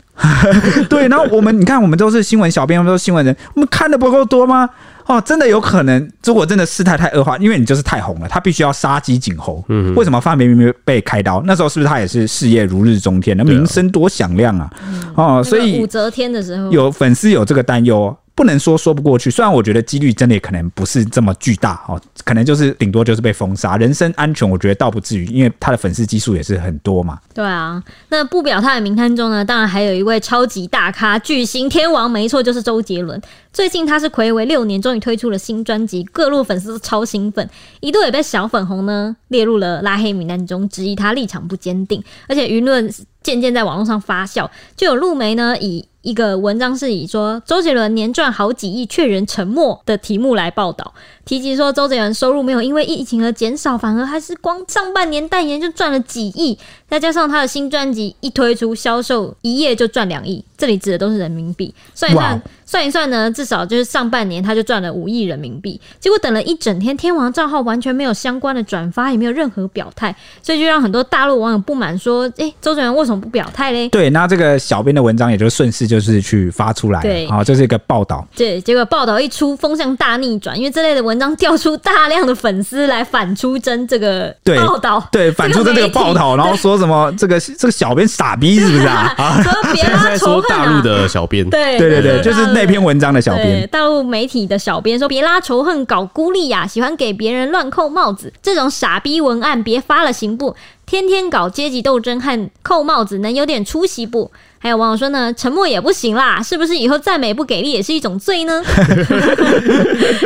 Speaker 3: 对，然后我们你看，我们都是新闻小编，我们都是新闻人，我们看的不够多吗？哦，真的有可能，如果真的事态太恶化，因为你就是太红了，他必须要杀鸡儆猴。嗯，为什么范冰冰被开刀？那时候是不是他也是事业如日中天，那
Speaker 1: 对啊
Speaker 3: 名声多响亮啊？哦，所
Speaker 2: 嗯那个
Speaker 3: 以
Speaker 2: 武则天的时候，
Speaker 3: 有粉丝有这个担忧哦，不能说说不过去。虽然我觉得几率真的也可能不是这么巨大哦，可能就是顶多就是被封杀，人身安全我觉得倒不至于，因为他的粉丝基数也是很多嘛。
Speaker 2: 对啊，那不表态的名单中呢，当然还有一位超级大咖巨星天王，没错，就是周杰伦。最近他是暌违六年，终于推出了新专辑，各路粉丝都超兴奋，一度也被小粉红呢列入了拉黑名单中，质疑他立场不坚定，而且舆论渐渐在网络上发酵，就有路媒呢以。一个文章是以说周杰伦年赚好几亿却仍沉默的题目来报道，提及说周杰伦收入没有因为疫情而减少，反而还是光上半年代言就赚了几亿，再加上他的新专辑一推出，销售一夜就赚两亿，这里指的都是人民币。算一
Speaker 3: 哇
Speaker 2: 算
Speaker 3: 哦，
Speaker 2: 算一算呢，至少就是上半年他就赚了五亿人民币。结果等了一整天，天王账号完全没有相关的转发，也没有任何表态，所以就让很多大陆网友不满说：“诶，周杰伦为什么不表态嘞
Speaker 3: 对，那这个小编的文章也就顺势就是去发出来了，哦
Speaker 2: 对
Speaker 3: 好、这是一个报道。？”
Speaker 2: 对，结果报道一出，风向大逆转，因为这类的文章调出大量的粉丝来反出征这个
Speaker 3: 对
Speaker 2: 报道。
Speaker 3: 对，反出这个报道，然后说什么这个这个小编傻逼是不是 啊？啊，
Speaker 2: 说别
Speaker 1: 现在
Speaker 2: 拉
Speaker 1: 在
Speaker 2: 仇
Speaker 1: 说
Speaker 2: 恨
Speaker 1: 大陆
Speaker 2: 啊！
Speaker 1: 的小编，
Speaker 2: 对
Speaker 3: 对对对，就是
Speaker 2: 大陆
Speaker 3: 那篇文章的小
Speaker 2: 对，
Speaker 3: 编。
Speaker 2: 大陆媒体的小编说：“别拉仇恨，搞孤立呀、喜欢给别人乱扣帽子，这种傻逼文案别发了行不？天天搞阶级斗争和扣帽子，能有点出息不？”还有网友说呢，沉默也不行啦，是不是以后赞美不给力也是一种罪呢？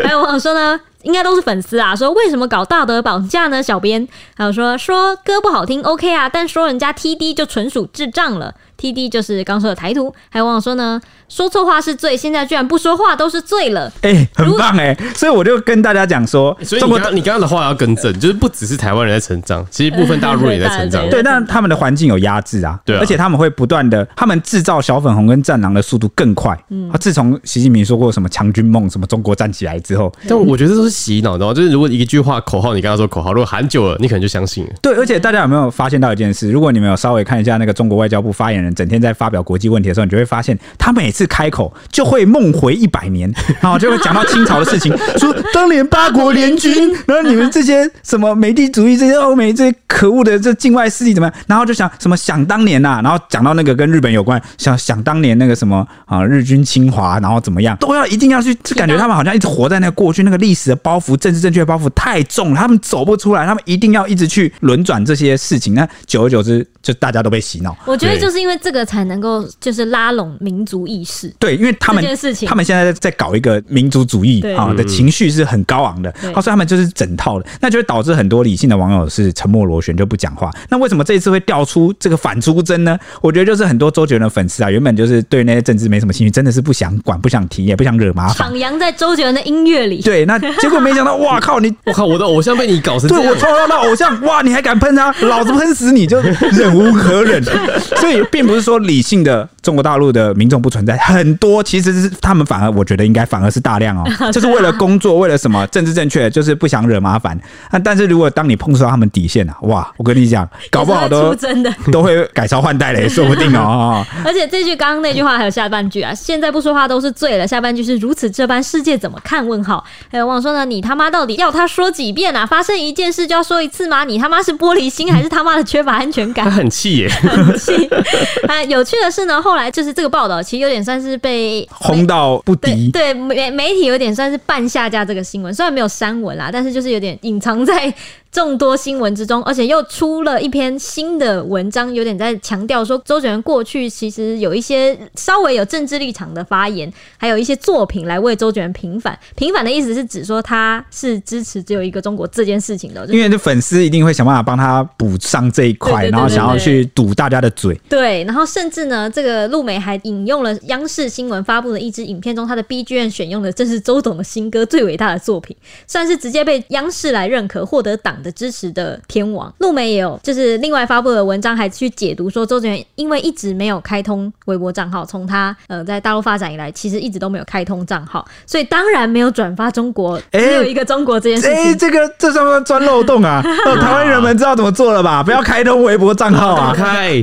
Speaker 2: 还有网友说呢，应该都是粉丝啊，说为什么搞道德绑架呢？小编还有说说歌不好听 OK 啊，但说人家 TD 就纯属智障了。TD 就是刚说的台图，还有网友说呢，说错话是罪，现在居然不说话都是罪了。
Speaker 3: 哎、很棒哎、所以我就跟大家讲说，
Speaker 1: 所以
Speaker 3: 中
Speaker 1: 你
Speaker 3: 国
Speaker 1: 刚你刚刚的话要更正，就是不只是台湾人在成长，其实部分大陆人也在成长。
Speaker 3: 嗯对，但他们的环境有压制啊，
Speaker 1: 对啊
Speaker 3: 而且他们会不断的，他们制造小粉红跟战狼的速度更快。嗯，啊，自从习近平说过什么强军梦，什么中国站起来之后，
Speaker 1: 但我觉得这都是洗脑，然后就是如果一句话口号，你刚刚说口号，如果喊久了，你可能就相信了。
Speaker 3: 对，而且大家有没有发现到一件事？如果你们有稍微看一下那个中国外交部发言人整天在发表国际问题的时候，你就会发现他每次开口就会梦回一百年，然后就会讲到清朝的事情，说当年八国联军，然后你们这些什么美帝主义、这些欧美这些可恶的这境外势力怎么样？然后就想什么想当年呐、然后讲到那个跟日本有关，想想当年那个什么啊日军侵华，然后怎么样，都要一定要去，就感觉他们好像一直活在那个过去那个历史的包袱、政治正确的包袱太重了，他们走不出来，他们一定要一直去轮转这些事情，那久而久之就大家都被洗脑。
Speaker 2: 我觉得
Speaker 1: 对
Speaker 2: 就是因为这个才能够就是拉拢民族意识。
Speaker 3: 对，因为他们
Speaker 2: 这件事情
Speaker 3: 他们现在在搞一个民族主义
Speaker 2: 对
Speaker 3: 啊的情绪是很高昂的，
Speaker 2: 对
Speaker 3: 啊，所以他们就是整套的，那就会导致很多理性的网友是沉默螺旋就不讲话。那为什么这一次会调出这个反出征呢？我觉得就是很多周杰伦的粉丝啊，原本就是对那些政治没什么兴趣，真的是不想管、不想提，也不想惹麻烦。
Speaker 2: 徜徉在周杰伦的音乐里，
Speaker 3: 对，那结果没想到，哇靠！你
Speaker 1: 我靠，我的偶像被你搞成
Speaker 3: 对
Speaker 1: 这
Speaker 3: 我
Speaker 1: 样，
Speaker 3: 操到那偶像，哇！你还敢喷他，老子喷死你就忍无可 忍。所以，并不是说理性的中国大陆的民众不存在，很多其实是他们反而，我觉得应该反而是大量
Speaker 2: 啊
Speaker 3: 哦，就是为了工作，为了什么政治正确，就是不想惹麻烦。啊，但是如果当你碰触到他们底线啊，哇！我跟你讲，搞不好
Speaker 2: 也是 会
Speaker 3: 都
Speaker 2: 出征的。
Speaker 3: 都会改朝换代嘞，说不定哦 哦。
Speaker 2: 而且这句刚刚那句话还有下半句啊，现在不说话都是醉了。下半句是如此这般，世界怎么看？问号。还有网友说呢，你他妈到底要他说几遍啊？发生一件事就要说一次吗？你他妈是玻璃心还是他妈的缺乏安全
Speaker 1: 他
Speaker 2: 感？
Speaker 1: 很气耶。
Speaker 2: 很气。 啊，有趣的是呢，后来就是这个报道其实有点算是被
Speaker 3: 轰到不
Speaker 2: 对
Speaker 3: 低，
Speaker 2: 对，媒媒体有点算是半下架这个新闻，虽然没有删文啦，但是就是有点隐藏在众多新闻之中，而且又出了一篇新的文章，有点在强调说周杰伦过去其实有一些稍微有政治立场的发言，还有一些作品来为周杰伦平反。平反的意思是指说他是支持只有一个中国这件事情的，就是
Speaker 3: 因为这粉丝一定会想办法帮他补上这一块，
Speaker 2: 对对对
Speaker 3: 然后想要
Speaker 2: 对对
Speaker 3: 去堵大家的嘴。
Speaker 2: 对，然后甚至呢，这个陆美还引用了央视新闻发布的一支影片中，她的 BGM 选用的正是周董的新歌《最伟大的作品》，算是直接被央视来认可，获得党党的支持的天王。陆媒也有，就是另外发布的文章还去解读说，周杰伦因为一直没有开通微博账号，从他呃在大陆发展以来，其实一直都没有开通账号，所以当然没有转发中国只有一个中国这件事
Speaker 3: 哎、
Speaker 2: 情。
Speaker 3: 这个这算不算钻漏洞 啊？哦，台湾人们知道怎么做了吧？不要开通微博账 号
Speaker 1: 打
Speaker 3: 啊！
Speaker 1: 开，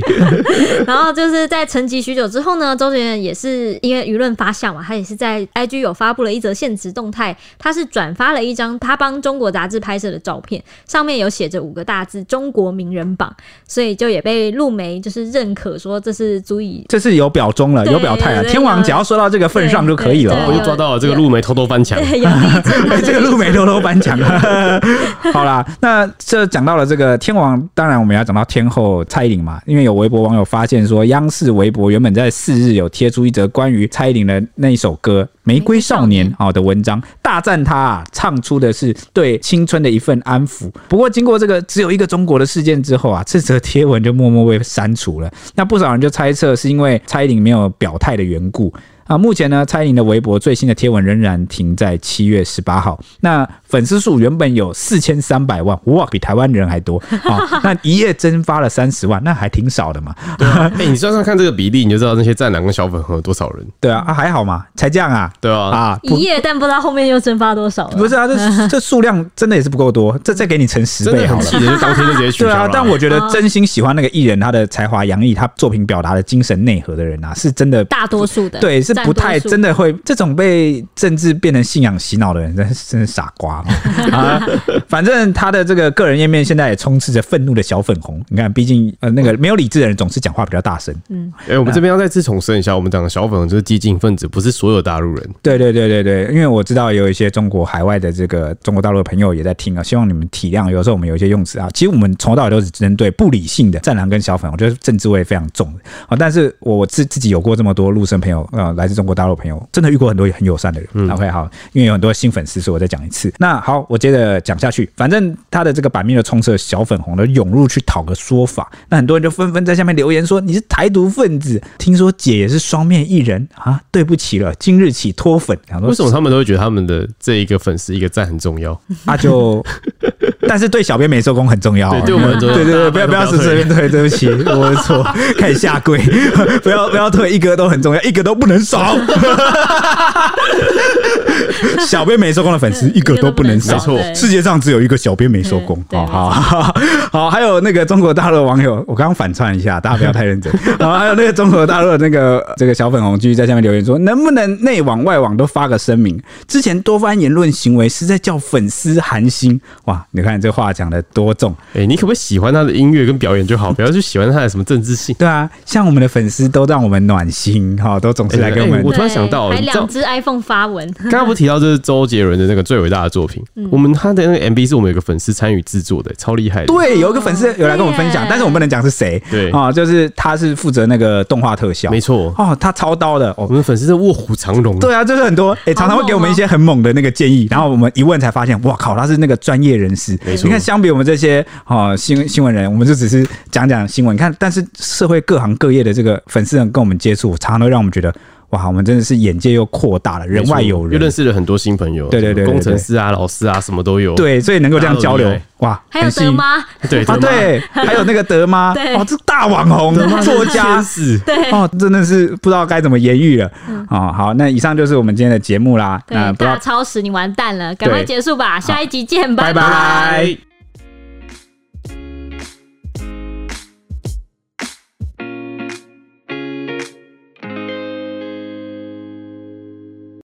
Speaker 2: 然后就是在沉寂许久之后呢，周杰伦也是因为舆论发酵嘛，他也是在 IG 有发布了一则现实动态，他是转发了一张他帮中国杂志拍摄的照片，上面有写着五个大字“中国名人榜”，所以就也被陆媒就是认可说这是足以。
Speaker 3: 这是有表忠了，
Speaker 2: 对
Speaker 3: 有表态了。
Speaker 2: 对
Speaker 3: 天王只要说到这个份上就可以了
Speaker 2: 对
Speaker 1: 我
Speaker 2: 对
Speaker 1: 就
Speaker 3: 哦。
Speaker 1: 抓到了这个路梅偷偷翻墙。
Speaker 2: 对， 有 励志他
Speaker 3: 哎
Speaker 2: 的
Speaker 3: 这个路梅偷偷颁奖了。好啦，那这讲到了这个天王，当然我们要讲到天后蔡依林嘛，因为有微博网友发现说，央视微博原本在四日有贴出一则关于蔡依林的那一首歌《玫瑰少年》好的文章，大赞她、啊、唱出的是对青春的一份安抚。不过经过这个只有一个中国的事件之后啊，这则贴文就默默被删除了。那不少人就猜测是因为蔡依林没有表态的缘故。啊，目前呢，蔡依林的微博最新的贴文仍然停在七月十八号。那粉丝数原本有四千三百万，哇，比台湾人还 多啊！那一夜蒸发了三十万，那还挺少的嘛。
Speaker 1: 哎，你算算看这个比例，你就知道那些战狼跟小粉红有多少人，
Speaker 3: 对啊，啊还好嘛，才这样啊
Speaker 1: 对啊，
Speaker 3: 啊，
Speaker 2: 一
Speaker 3: 不
Speaker 2: 夜，但不知道后面又蒸发多少了。
Speaker 3: 不是啊， 这这数量真的也是不够多，这再给你乘十
Speaker 1: 真
Speaker 3: 倍
Speaker 1: 的
Speaker 3: 好
Speaker 1: 很
Speaker 3: 了。
Speaker 1: 气人，就当天就直接取消
Speaker 3: 对
Speaker 1: 了
Speaker 3: 啊，但我觉
Speaker 2: 哦
Speaker 3: 得真心喜欢那个艺人，他的才华洋溢，他作品表达的精神内核的人啊，是真的
Speaker 2: 大多数的，
Speaker 3: 对，是不太
Speaker 2: 占多数
Speaker 3: 真的会这种被政治变成信仰洗脑的人，真是真是傻瓜 嘛啊！反正他的这个个人页面现在也充斥着愤怒的小粉红。你看，毕竟呃那个没有理智的人总是讲话比较大声。
Speaker 1: 哎、我们这边要再次重申一下，我们讲的小粉红就是激进分子，不是所有大陆人。
Speaker 3: 对对对对对，因为我知道有一些中国海外的这个中国大陆的朋友也在听啊，希望你们体谅，有时候我们有一些用词啊，其实我们从头到尾都是针对不理性的战狼跟小粉红，就是政治味非常重的啊。但是我我自自己有过这么多陆生朋友，呃，来自中国大陆朋友，真的遇过很多很友善的人。OK，好，
Speaker 1: 嗯
Speaker 3: 因为有很多新粉丝，所以我再讲一次。那好，我接着讲下去，反正他的这个版面就充斥着小粉红的涌入去讨个说法，那很多人就纷纷在下面留言说你是台独分子，听说姐也是双面艺人啊，对不起了，今日起脱粉。想说
Speaker 1: 为什么他们都会觉得他们的这一个粉丝一个赞很重要？
Speaker 3: 他啊就，但是对小编没收工很重要哦、
Speaker 1: 对对我们很重要
Speaker 3: 对对对，
Speaker 1: 大家
Speaker 3: 不要
Speaker 1: 不
Speaker 3: 不
Speaker 1: 要
Speaker 3: 要是
Speaker 1: 退
Speaker 3: 这边退，对 不起，我的错，开始下跪， 不要不要退，一格都很重要，一格都不能 少。小编没收工的粉丝一个都不能少，
Speaker 2: 一个都不能少对
Speaker 3: 世界上只有一个小编没收工
Speaker 2: 嗯。对
Speaker 3: 好好 好，好，还有那个中国大陆的网友，我刚刚反串一下，大家不要太认 真。然后还有那个中国大陆的那个这个小粉红继续在下面留言说，能不能内网外网都发个声明？之前多番言论行为是在叫粉丝寒心。哇，你看这话讲的多重。
Speaker 1: 哎、你可不可以喜欢他的音乐跟表演就好，不要去喜欢他的什么政治 性？
Speaker 3: 对啊，像我们的粉丝都让我们暖心，哈，都总是来给我们
Speaker 1: 哎我突然想到
Speaker 2: 对还
Speaker 1: 你知道
Speaker 2: 两只 iPhone 发文，
Speaker 1: 刚刚不提到这是周杰伦的那个最伟大的作品，
Speaker 3: 嗯
Speaker 1: 我们他的那个 MV 是我们有个粉丝参与制作的、超厉害的。
Speaker 3: 对，有一个粉丝有来跟我们分
Speaker 2: 对
Speaker 3: 享
Speaker 2: 耶，
Speaker 3: 但是我不能讲是谁。
Speaker 1: 对
Speaker 3: 啊、就是他是负责那个动画特效，
Speaker 1: 没错，
Speaker 3: 哦，他操刀的
Speaker 1: 我
Speaker 3: 哦。
Speaker 1: 们的粉丝是卧虎藏龙。
Speaker 3: 对啊，就是很多，哎、
Speaker 1: 哦
Speaker 3: 常常会给我们一些很猛的那个建议，然后我们一问才发现，哇靠，他是那个专业人士。
Speaker 1: 没错
Speaker 3: 你看，相比我们这些哦新新闻人，我们就只是讲讲新闻，你看，但是社会各行各业的这个粉丝人跟我们接触，常常都让我们觉得，哇，我们真的是眼界又扩大了，人
Speaker 1: 没错
Speaker 3: 外有
Speaker 1: 又认
Speaker 3: 人。
Speaker 1: 识了很多新朋友，
Speaker 3: 对对对对对
Speaker 1: 工程师啊、老师啊，什么都有。
Speaker 3: 对，所以能够这样交流
Speaker 1: 大家都厉，
Speaker 3: 哇，
Speaker 2: 还有
Speaker 3: 很吸
Speaker 2: 德
Speaker 3: 引
Speaker 2: 妈，
Speaker 1: 对
Speaker 3: 啊，，对，还有那个德妈，
Speaker 2: 对
Speaker 3: 哦，这大网红作家
Speaker 1: 天。使
Speaker 2: 对，
Speaker 3: 哦，真的是不知道该怎么言喻了。哦，好，那以上就是我们今天的 节目啦。那
Speaker 2: 嗯对，
Speaker 3: 不知道
Speaker 2: 大超时你完蛋了，赶快
Speaker 3: 对
Speaker 2: 结束吧，下一集见，
Speaker 3: 拜拜
Speaker 2: 拜
Speaker 1: 拜。